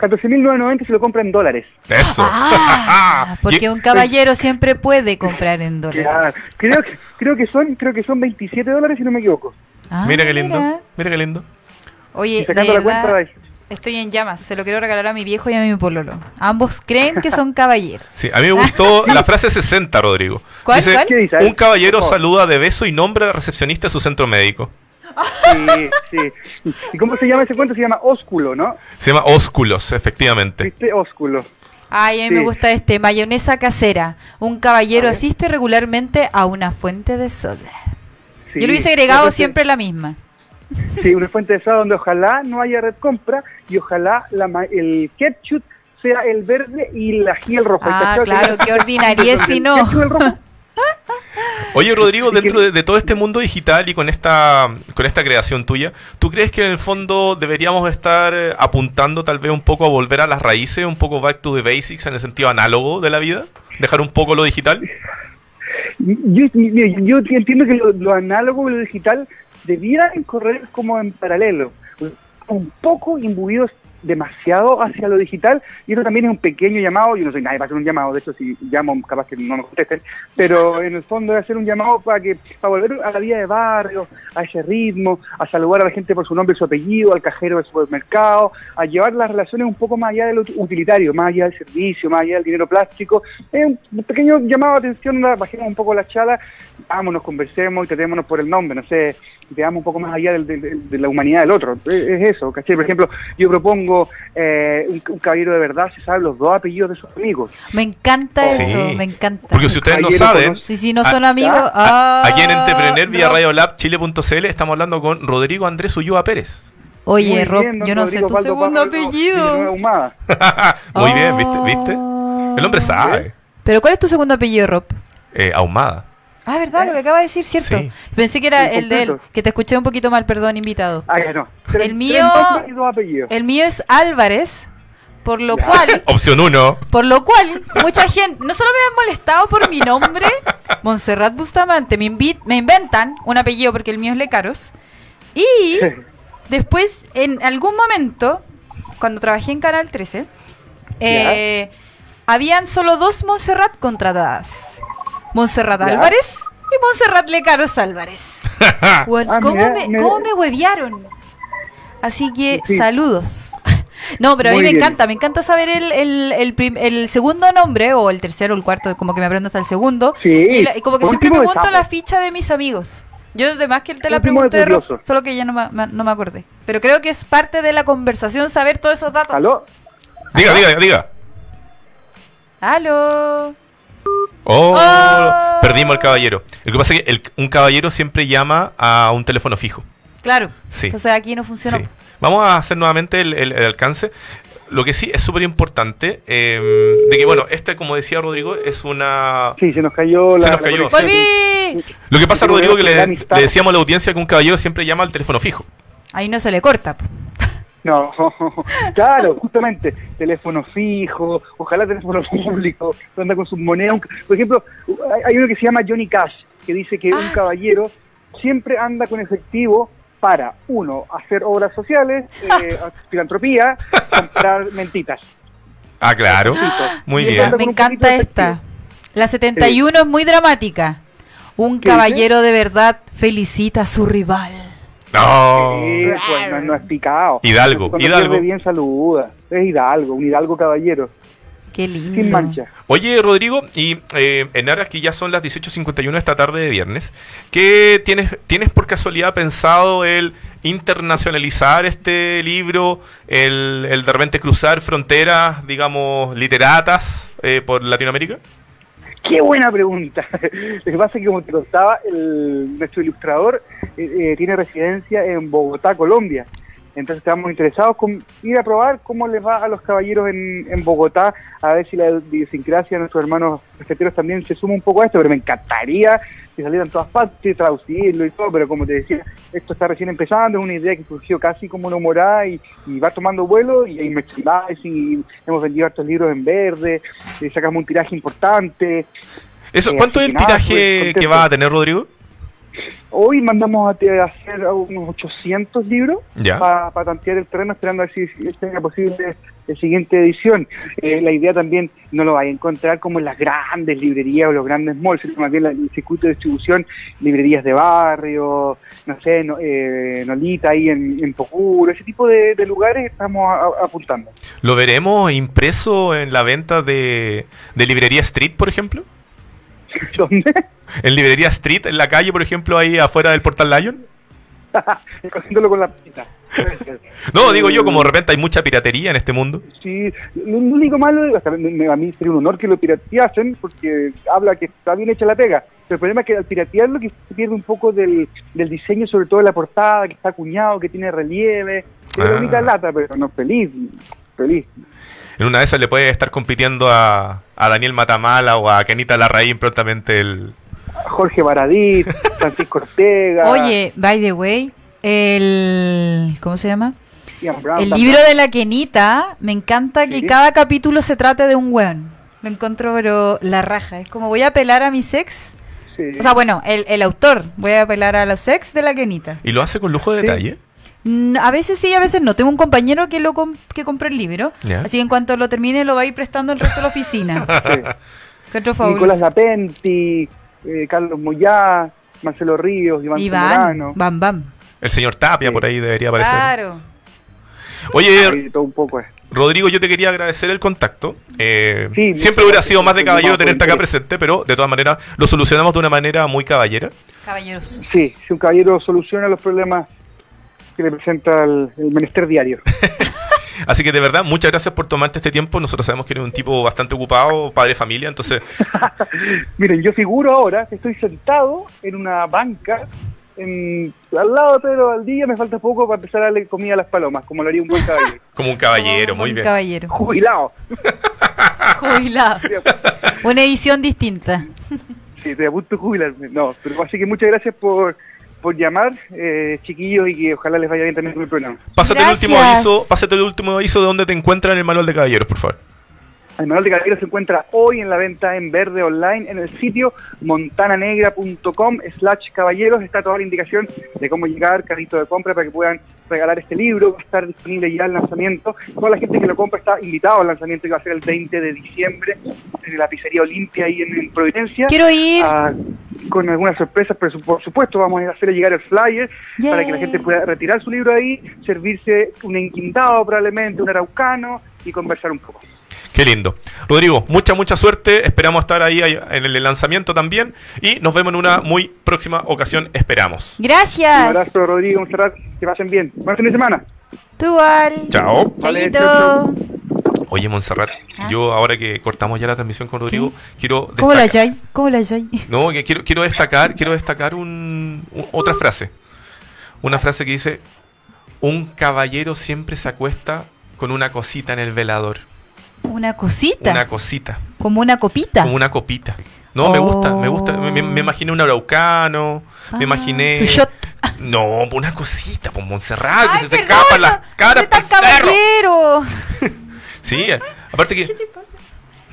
S3: 14.990 se lo compra en dólares.
S1: Eso. [LAUGHS]
S2: Ah,
S1: Y-
S2: porque un caballero siempre puede comprar en
S3: Claro.
S2: dólares.
S3: Creo, que, creo, que son, creo que son 27 dólares, si no me equivoco.
S2: Ah,
S1: mira qué lindo,
S2: mira.
S1: mira qué lindo.
S2: Oye,
S3: Y sacando
S2: de
S3: la cuenta,
S2: verdad, estoy en llamas. Se lo quiero regalar a mi viejo y a mi pololo. Ambos creen que son caballeros.
S1: [LAUGHS] Sí, a mí me
S2: [LAUGHS]
S1: gustó la frase 60, Rodrigo.
S2: ¿Cuál, cuál?
S3: ¿Qué dice? A ver,
S1: Un caballero
S3: por favor.
S1: saluda de beso y nombra a la recepcionista de su centro médico.
S3: sí, sí. ¿Y cómo se llama ese cuento? Se llama Ósculo, ¿no?
S1: Se llama Ósculos, efectivamente.
S3: ¿Viste? Ósculo.
S2: Ay, a mí me
S3: Sí.
S2: gusta este, mayonesa casera. Un caballero
S3: A ver.
S2: asiste regularmente a una fuente de soda.
S3: Sí,
S2: Yo le hubiese agregado
S3: entonces-
S2: siempre la misma.
S3: Sí, una fuente de soda donde ojalá no haya red compra y ojalá la ma- el ketchup sea el verde y la ají el rojo. El
S2: Ah,
S3: cachao
S2: claro,
S3: sería-
S2: qué ordinariez si no.
S3: El [LAUGHS] ketchup el rojo.
S1: Oye, Rodrigo,
S3: Y que-
S1: dentro de, de todo este mundo digital y con esta, con esta creación tuya, ¿tú crees que en el fondo deberíamos estar eh, apuntando tal vez un poco a volver a las raíces, un poco back to the basics en el sentido análogo de la vida? ¿Dejar un poco lo digital?
S3: Yo, mira, yo entiendo que lo, lo análogo y lo digital debieran correr como en paralelo. Un poco imbuidos demasiado hacia lo digital y eso también es un pequeño llamado, yo no soy nadie para hacer un llamado, de hecho si llamo capaz que no me contesten, pero en el fondo es hacer un llamado para que para volver a la vida de barrio, a ese ritmo, a saludar a la gente por su nombre y su apellido, al cajero del supermercado, a llevar las relaciones un poco más allá de lo utilitario, más allá del servicio, más allá del dinero plástico. Es un pequeño llamado de atención, la- bajemos un poco la chala, vámonos, conversemos y tratémonos por el nombre, no sé, veamos un poco más allá del- del- del- de la humanidad del otro. Es, es eso, ¿cachai? Por ejemplo, yo propongo eh, un, un caballero de verdad, se sabe los dos apellidos de sus amigos.
S2: Me encanta
S1: Sí.
S2: eso, me encanta.
S1: Porque si ustedes no
S3: Caballero
S1: saben,
S3: conoce-
S2: Si, si no
S1: Ah,
S2: son amigos...
S1: A- Aquí en
S2: ah,
S1: Entrepreneur vía
S2: no.
S1: Radiolab Chile.cl estamos hablando con Rodrigo Andrés Ulloa Pérez. [LAUGHS]
S3: Muy
S2: Oye,
S3: bien,
S2: Rob,
S3: don
S2: yo no
S3: Rodrigo
S2: sé tu
S3: Osvaldo
S2: segundo
S3: Pablo Villanueva
S2: apellido.
S3: Ahumada.
S1: Muy bien, ¿viste?
S2: Ah.
S1: ¿Viste? El hombre sabe.
S2: ¿Pero cuál es tu segundo apellido, Rob?
S1: Eh, ahumada.
S2: Ah, ¿verdad? Lo que acaba de decir, ¿cierto?
S1: Sí.
S2: Pensé que era
S3: Sí,
S2: el de él,
S3: completo.
S2: que te escuché un poquito mal, perdón, invitado.
S3: Ah, ya no. Tres-
S2: El
S3: tres
S2: mío-
S3: nombres y dos apellidos.
S2: El mío es Álvarez, por lo cual,
S1: Opción 1.
S2: por lo cual, mucha gente, no solo me han molestado por mi nombre, Montserrat Bustamante, me, invi- me inventan un apellido porque el mío es Lecaros, y
S3: [LAUGHS]
S2: después, en algún momento, cuando trabajé en Canal 13, eh, habían solo dos Montserrat contratadas, Montserrat
S3: Ya.
S2: Álvarez y Montserrat Lecaros
S3: [LAUGHS]
S2: Álvarez. Weón,
S3: Ah,
S2: ¿cómo,
S3: mira,
S2: me,
S3: mira.
S2: cómo me huevearon? Así que
S3: Sí.
S2: saludos. No, pero a mí
S3: Muy
S2: me
S3: bien.
S2: encanta, me encanta saber el, el, el prim- el segundo nombre, o el tercero, el cuarto, como que me aprendo hasta el segundo.
S3: Sí,
S2: y, la- y como que
S3: por
S2: siempre
S3: último de
S2: pregunto
S3: sapo.
S2: la ficha de mis amigos. Yo además que te la
S3: Último de
S2: pregunté, Ro-
S3: curioso.
S2: solo que ya no me, me- no me acordé. Pero creo que es parte de la conversación saber todos esos datos.
S3: ¿Aló?
S1: Diga, diga, diga.
S2: Aló.
S1: Oh,
S2: Oh.
S1: perdimos al caballero. Lo que pasa es que el- un caballero siempre llama a un teléfono fijo.
S2: Claro.
S1: Sí.
S2: Entonces aquí no funciona.
S1: Sí. Vamos a hacer nuevamente el, el- el alcance. Lo que sí es súper importante, eh, de que, bueno, este, como decía Rodrigo, es una...
S3: Sí, se nos cayó la.
S1: Se nos
S3: la
S1: cayó.
S3: conexión.
S2: ¡Volví!
S1: Lo que pasa,
S3: Yo creo
S1: Rodrigo, que
S3: que
S1: le,
S3: la amistad-
S1: le decíamos a la audiencia que un caballero siempre llama al teléfono fijo.
S2: Ahí no se le corta. po.
S3: No, [LAUGHS] claro, justamente, teléfono fijo, ojalá teléfono [LAUGHS] público, anda con sus monedas. Un- Por ejemplo, hay- hay uno que se llama Johnny Cash, que dice que
S2: Ah,
S3: un
S2: sí.
S3: caballero siempre anda con efectivo para, uno, hacer
S2: [LAUGHS]
S3: obras sociales, eh, filantropía, comprar mentitas.
S1: Ah,
S2: [LAUGHS]
S1: claro. Muy
S3: Y
S1: bien.
S3: anda
S2: Me
S3: con un poquito
S2: encanta
S3: de
S2: esta.
S3: efectivo.
S2: La 71 es muy dramática. Un
S3: ¿Qué
S2: caballero de verdad felicita a su rival.
S1: No.
S3: Sí, pues, no, no es picado.
S1: Hidalgo,
S3: Cuando
S1: Hidalgo.
S3: pierde bien saluda. Es Hidalgo, un Hidalgo caballero,
S2: Qué lindo.
S3: sin mancha.
S1: Oye, Rodrigo, y eh, en aras que ya son las 18.51 de esta tarde de viernes, ¿qué tienes, tienes por casualidad pensado el internacionalizar este libro, el, el de repente cruzar fronteras, digamos, literatas eh, por Latinoamérica?
S3: Qué buena pregunta. [LAUGHS] Lo que pasa es que, como te contaba, el- nuestro ilustrador eh, eh, tiene residencia en Bogotá, Colombia. Entonces estamos interesados con ir a probar cómo les va a los caballeros en, en Bogotá, a ver si la idiosincrasia de nuestros hermanos respeteros también se suma un poco a esto, pero me encantaría que salieran todas partes, traducirlo y todo, pero como te decía, esto está recién empezando, es una idea que surgió casi como una morada y, y va tomando vuelo y hay merchandising, y hemos vendido hartos libros en verde, eh, sacamos un tiraje importante,
S1: Eso,
S3: Eh,
S1: ¿Cuánto es
S3: así
S1: el
S3: que nada,
S1: tiraje
S3: estoy
S1: que
S3: contento.
S1: va a tener, Rodrigo?
S3: Hoy mandamos a te- a hacer unos 800 libros
S1: Ya.
S3: para tantear el terreno, esperando a ver si si tenga posible la siguiente edición. Eh, la idea también no lo vaya a encontrar como en las grandes librerías o los grandes malls, sino más bien la- el circuito de distribución, librerías de barrio, no sé, no- eh, Nolita ahí en, en Pocuro, ese tipo de, de lugares estamos a- a- apuntando. [LAUGHS]
S1: ¿Lo veremos impreso en la venta de, de librería Street, por ejemplo?
S3: ¿Dónde?
S1: ¿En librería Street, en la calle, por ejemplo, ahí afuera del Portal Lion?
S3: Cogiéndolo con la pita.
S1: [LAUGHS] No, digo yo,
S3: Mm.
S1: como de repente hay mucha piratería en este mundo.
S3: Sí, lo único malo, o sea, me- me- a mí sería un honor que lo pirateasen porque habla que está bien hecha la pega. Pero el problema es que al piratearlo que se pierde un poco del, del diseño, sobre todo de la portada, que está acuñado, que tiene relieve. que Es
S1: Ah.
S3: una bonita lata, pero no, feliz, feliz.
S1: En una de esas le puede estar compitiendo a, a Daniel Matamala o a Kenita Larraín prontamente el...
S3: Jorge Baradit, Francisco Ortega.
S2: Oye, by the way, el. ¿Cómo se llama?
S3: Ian Brown
S2: El
S3: también.
S2: libro de la Kenita, me encanta que
S3: Sí.
S2: cada capítulo se trate de un weón. Lo encuentro, pero la raja. Es como voy a apelar a mi sex.
S3: Sí.
S2: O sea, bueno, el, el autor. Voy a apelar a los sex de la Kenita.
S1: Y lo hace con lujo de
S3: Sí.
S1: detalle.
S2: Mm, A veces sí, a veces no. Tengo un compañero que lo com- que compró el libro.
S1: Ya.
S2: Así que en cuanto lo termine, lo va a ir prestando el resto de la oficina.
S3: [LAUGHS]
S2: [LAUGHS]
S3: Sí.
S2: Encuentro fabuloso.
S3: Nicolás Lapenti, eh, Carlos Moyá, Marcelo Ríos, Iván Zamorano.
S2: Iván, bam, bam.
S1: El señor Tapia
S3: Sí.
S1: por ahí debería aparecer.
S2: Claro.
S1: Oye,
S3: Sí, todo un poco. eh.
S1: Rodrigo, yo te quería agradecer el contacto. Eh,
S3: Sí, muchas
S1: siempre hubiera
S3: gracias,
S1: sido más de
S3: sí,
S1: caballero
S3: más
S1: tenerte acá
S3: bonito.
S1: presente, pero de todas maneras lo solucionamos de una manera muy caballera.
S2: Caballeros.
S3: Sí, si un caballero soluciona los problemas que le presenta el, el menester diario.
S1: Así que de verdad, muchas gracias por tomarte este tiempo. Nosotros sabemos que eres un tipo bastante ocupado, padre de familia, entonces
S3: Miren, yo figuro ahora que estoy sentado en una banca en, al lado de Pedro Valdivia, me falta poco para empezar a darle comida a las palomas, como lo haría un buen caballero.
S1: como un caballero, muy
S2: Un
S1: bien.
S2: Caballero.
S3: Jubilado.
S2: Jubilado. Una edición distinta.
S3: Sí, estoy a punto de jubilarme. No, pero así que muchas gracias por, por llamar, eh, chiquillos, y que ojalá les vaya bien también con el programa.
S1: Pásate el último
S2: Gracias.
S1: aviso, pásate el último aviso de dónde te encuentran en el manual de caballeros, por favor.
S3: El manual de caballero se encuentra hoy en la venta en verde online en el sitio montananegra.com slash caballeros. Está toda la indicación de cómo llegar, carrito de compra, para que puedan regalar este libro. Va a estar disponible ya el lanzamiento. Toda la gente que lo compra está invitado al lanzamiento que va a ser el 20 de diciembre en la pizzería Olimpia ahí en, en Providencia.
S2: Quiero ir.
S3: Ah, con algunas sorpresas, pero su- por supuesto vamos a hacer llegar el flyer
S2: Yay.
S3: para que la gente pueda retirar su libro ahí, servirse un enquintado probablemente, un araucano y conversar un poco.
S1: Qué lindo. Rodrigo, mucha, mucha suerte. Esperamos estar ahí ahí en el lanzamiento también. Y nos vemos en una muy próxima ocasión. Esperamos.
S3: Un
S2: Gracias.
S3: abrazo, Rodrigo, Montserrat, que pasen bien. Buen fin de semana.
S2: Tú al.
S1: Chao.
S3: Vale,
S2: Chaito.
S3: chao,
S1: Oye, Montserrat,
S2: Ah.
S1: yo ahora que cortamos ya la transmisión con Rodrigo, quiero destacar.
S2: ¿Cómo la echáis? ¿Cómo la echáis?
S1: No, que quiero, quiero destacar, quiero destacar un, u- otra frase. Una frase que dice: Un caballero siempre se acuesta con una cosita en el velador.
S2: Una cosita.
S1: Una cosita,
S2: como una copita.
S1: como una copita. No, me gusta, me gusta. Me, me- me imaginé un araucano,
S2: Ah,
S1: me imaginé.
S2: Su shot.
S1: No, pues una cosita, pues Montserrat, que
S2: Ay,
S1: se te
S2: perdón,
S1: escapan las
S2: no,
S1: caras
S2: soy tan
S1: por cerro.
S2: caballero.
S1: Sí, eh, aparte que.
S2: Se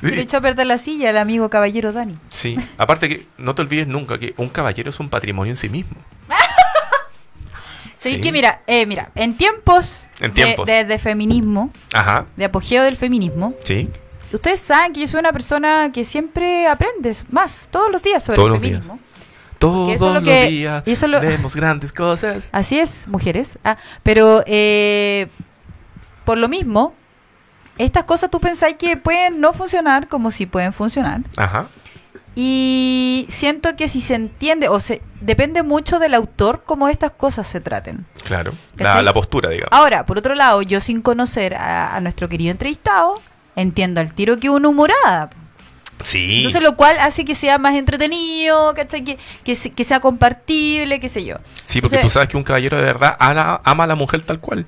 S2: Le
S1: Sí,
S2: echó a perder la silla el amigo caballero Dani.
S1: sí, aparte que no te olvides nunca que un caballero es un patrimonio en sí mismo.
S2: Sí,
S1: Sí.
S2: que mira, eh, mira, en tiempos,
S1: En
S2: de-
S1: tiempos.
S2: De, de feminismo,
S1: Ajá,
S2: de apogeo del feminismo,
S1: sí,
S2: ustedes saben que yo soy una persona que siempre aprende más, todos los días sobre
S1: Todos
S2: el
S1: los
S2: feminismo.
S1: todos
S2: eso es lo
S1: los
S2: que-
S1: días
S2: y eso es lo-
S1: vemos grandes cosas.
S2: Así es, mujeres. Ah, pero eh, por lo mismo, estas cosas tú pensáis que pueden no funcionar como si pueden funcionar.
S1: Ajá,
S2: Y siento que si se entiende, o se depende mucho del autor cómo estas cosas se traten.
S1: claro, la,
S2: ¿Cachai? Ah,
S1: la postura, digamos.
S2: Ahora, por otro lado, yo sin conocer a, a nuestro querido entrevistado, entiendo al tiro que una humorada.
S1: Sí,
S2: Entonces, lo cual hace que sea más entretenido, ¿cachai? Que, que, se- que sea compartible, qué sé yo.
S1: sí, porque
S2: o sea-
S1: tú sabes que un caballero de verdad ala- ama a la mujer tal cual.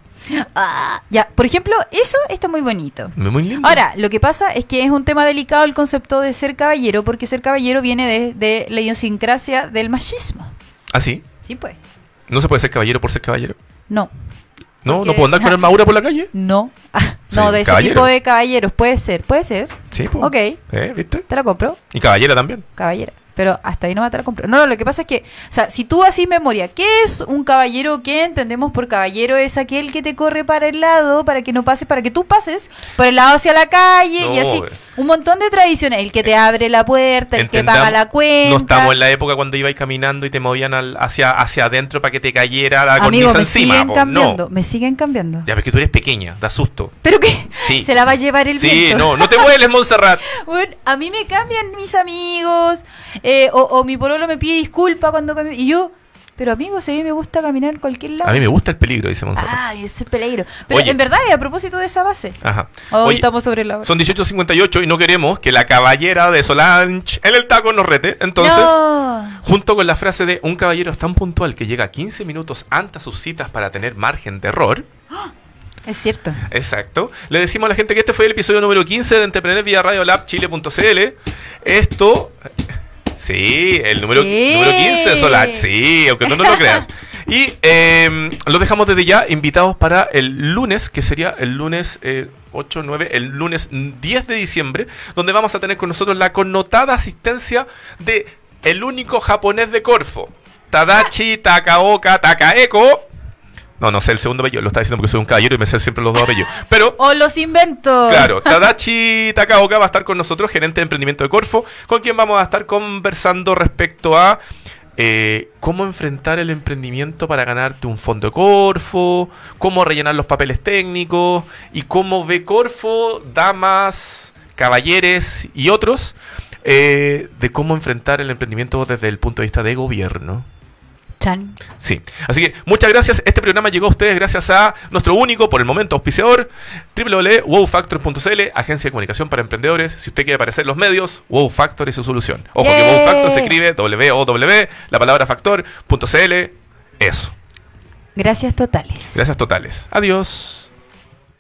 S2: Ah, ya, por ejemplo, eso está muy bonito.
S1: Muy muy lindo.
S2: Ahora, lo que pasa es que es un tema delicado el concepto de ser caballero, porque ser caballero viene de, de la idiosincrasia del machismo.
S1: Ah, sí,
S2: Sí, pues.
S1: no se puede ser caballero por ser caballero.
S2: No,
S1: No,
S2: Porque-
S1: no puedo andar con armadura por la calle.
S2: no. [LAUGHS] Ah,
S1: Soy
S2: no,
S1: un
S2: de ese
S1: caballero.
S2: tipo de caballeros. Puede ser, puede ser.
S1: Sí, pues.
S2: Ok.
S1: Eh, ¿Viste?
S2: Te la compro,
S1: Y caballera también.
S2: caballera. Pero hasta ahí no te la compro. No, no, lo que pasa es que, o sea, si tú haces memoria, ¿qué es un caballero? ¿Qué entendemos por caballero? Es aquel que te corre para el lado, para que no pases, para que tú pases por el lado hacia la calle y
S1: No,
S2: así.
S1: eh.
S2: Un montón de tradiciones. El que te abre la puerta, el que paga
S1: Entendamos,
S2: la cuenta.
S1: No estamos en la época cuando ibais caminando y te movían al- hacia, hacia adentro para que te cayera la
S2: Amigo,
S1: cornisa
S2: me
S1: encima.
S2: siguen
S1: po.
S2: cambiando,
S1: No.
S2: me siguen cambiando.
S1: Ya ves que tú eres pequeña, da susto.
S2: ¿Pero qué?
S1: Sí.
S2: [LAUGHS] Se la va a llevar el
S1: Sí,
S2: viento.
S1: no, no te vuelves, Montserrat.
S2: [LAUGHS] Bueno, a mí me cambian mis amigos, eh, o, o mi pololo me pide disculpa cuando cambio, y yo, pero amigos, a mí me gusta caminar en cualquier lado.
S1: A mí me gusta el peligro, dice Montserrat.
S2: Ah, yo soy peligro. Pero
S1: Oye.
S2: en verdad, eh, a propósito de esa base,
S1: Ajá.
S2: hoy
S1: Oye,
S2: Ah. Oh, estamos sobre la hora.
S1: son 18.58 y no queremos que la caballera de Solange en el taco nos rete. Entonces,
S2: No.
S1: junto con la frase de un caballero es tan puntual que llega 15 minutos antes a sus citas para tener margen de error,
S2: Es cierto.
S1: Exacto. Le decimos a la gente que este fue el episodio número 15 de Entreprender vía Radio Lab Chile.cl. Esto. Sí, el número,
S2: Sí.
S1: número 15, Solar. Sí, aunque tú no lo creas. Y eh, los dejamos desde ya invitados para el lunes, que sería el lunes eh, 8, 9, el lunes 10 de diciembre, donde vamos a tener con nosotros la connotada asistencia de el único japonés de Corfo, Tadachi Takaoka Takaeko. No, no sé el segundo apellido, lo estaba diciendo porque soy un caballero y me sé siempre los dos apellidos. Pero,
S2: O los invento.
S1: claro, Tadachi Takaoka va a estar con nosotros, gerente de emprendimiento de Corfo, con quien vamos a estar conversando respecto a eh, cómo enfrentar el emprendimiento para ganarte un fondo de Corfo, cómo rellenar los papeles técnicos y cómo ve Corfo, damas, caballeres y otros, eh, de cómo enfrentar el emprendimiento desde el punto de vista de gobierno.
S2: Chan.
S1: Sí. Así que muchas gracias. Este programa llegó a ustedes gracias a nuestro único, por el momento, auspiciador, www.wowfactor.cl, agencia de comunicación para emprendedores. Si usted quiere aparecer en los medios, Wow Factor es su solución. Ojo que
S2: Yeah.
S1: Wow Factor se escribe W-O-W, la palabra factor.cl. Eso.
S2: Gracias totales.
S1: Gracias totales. Adiós.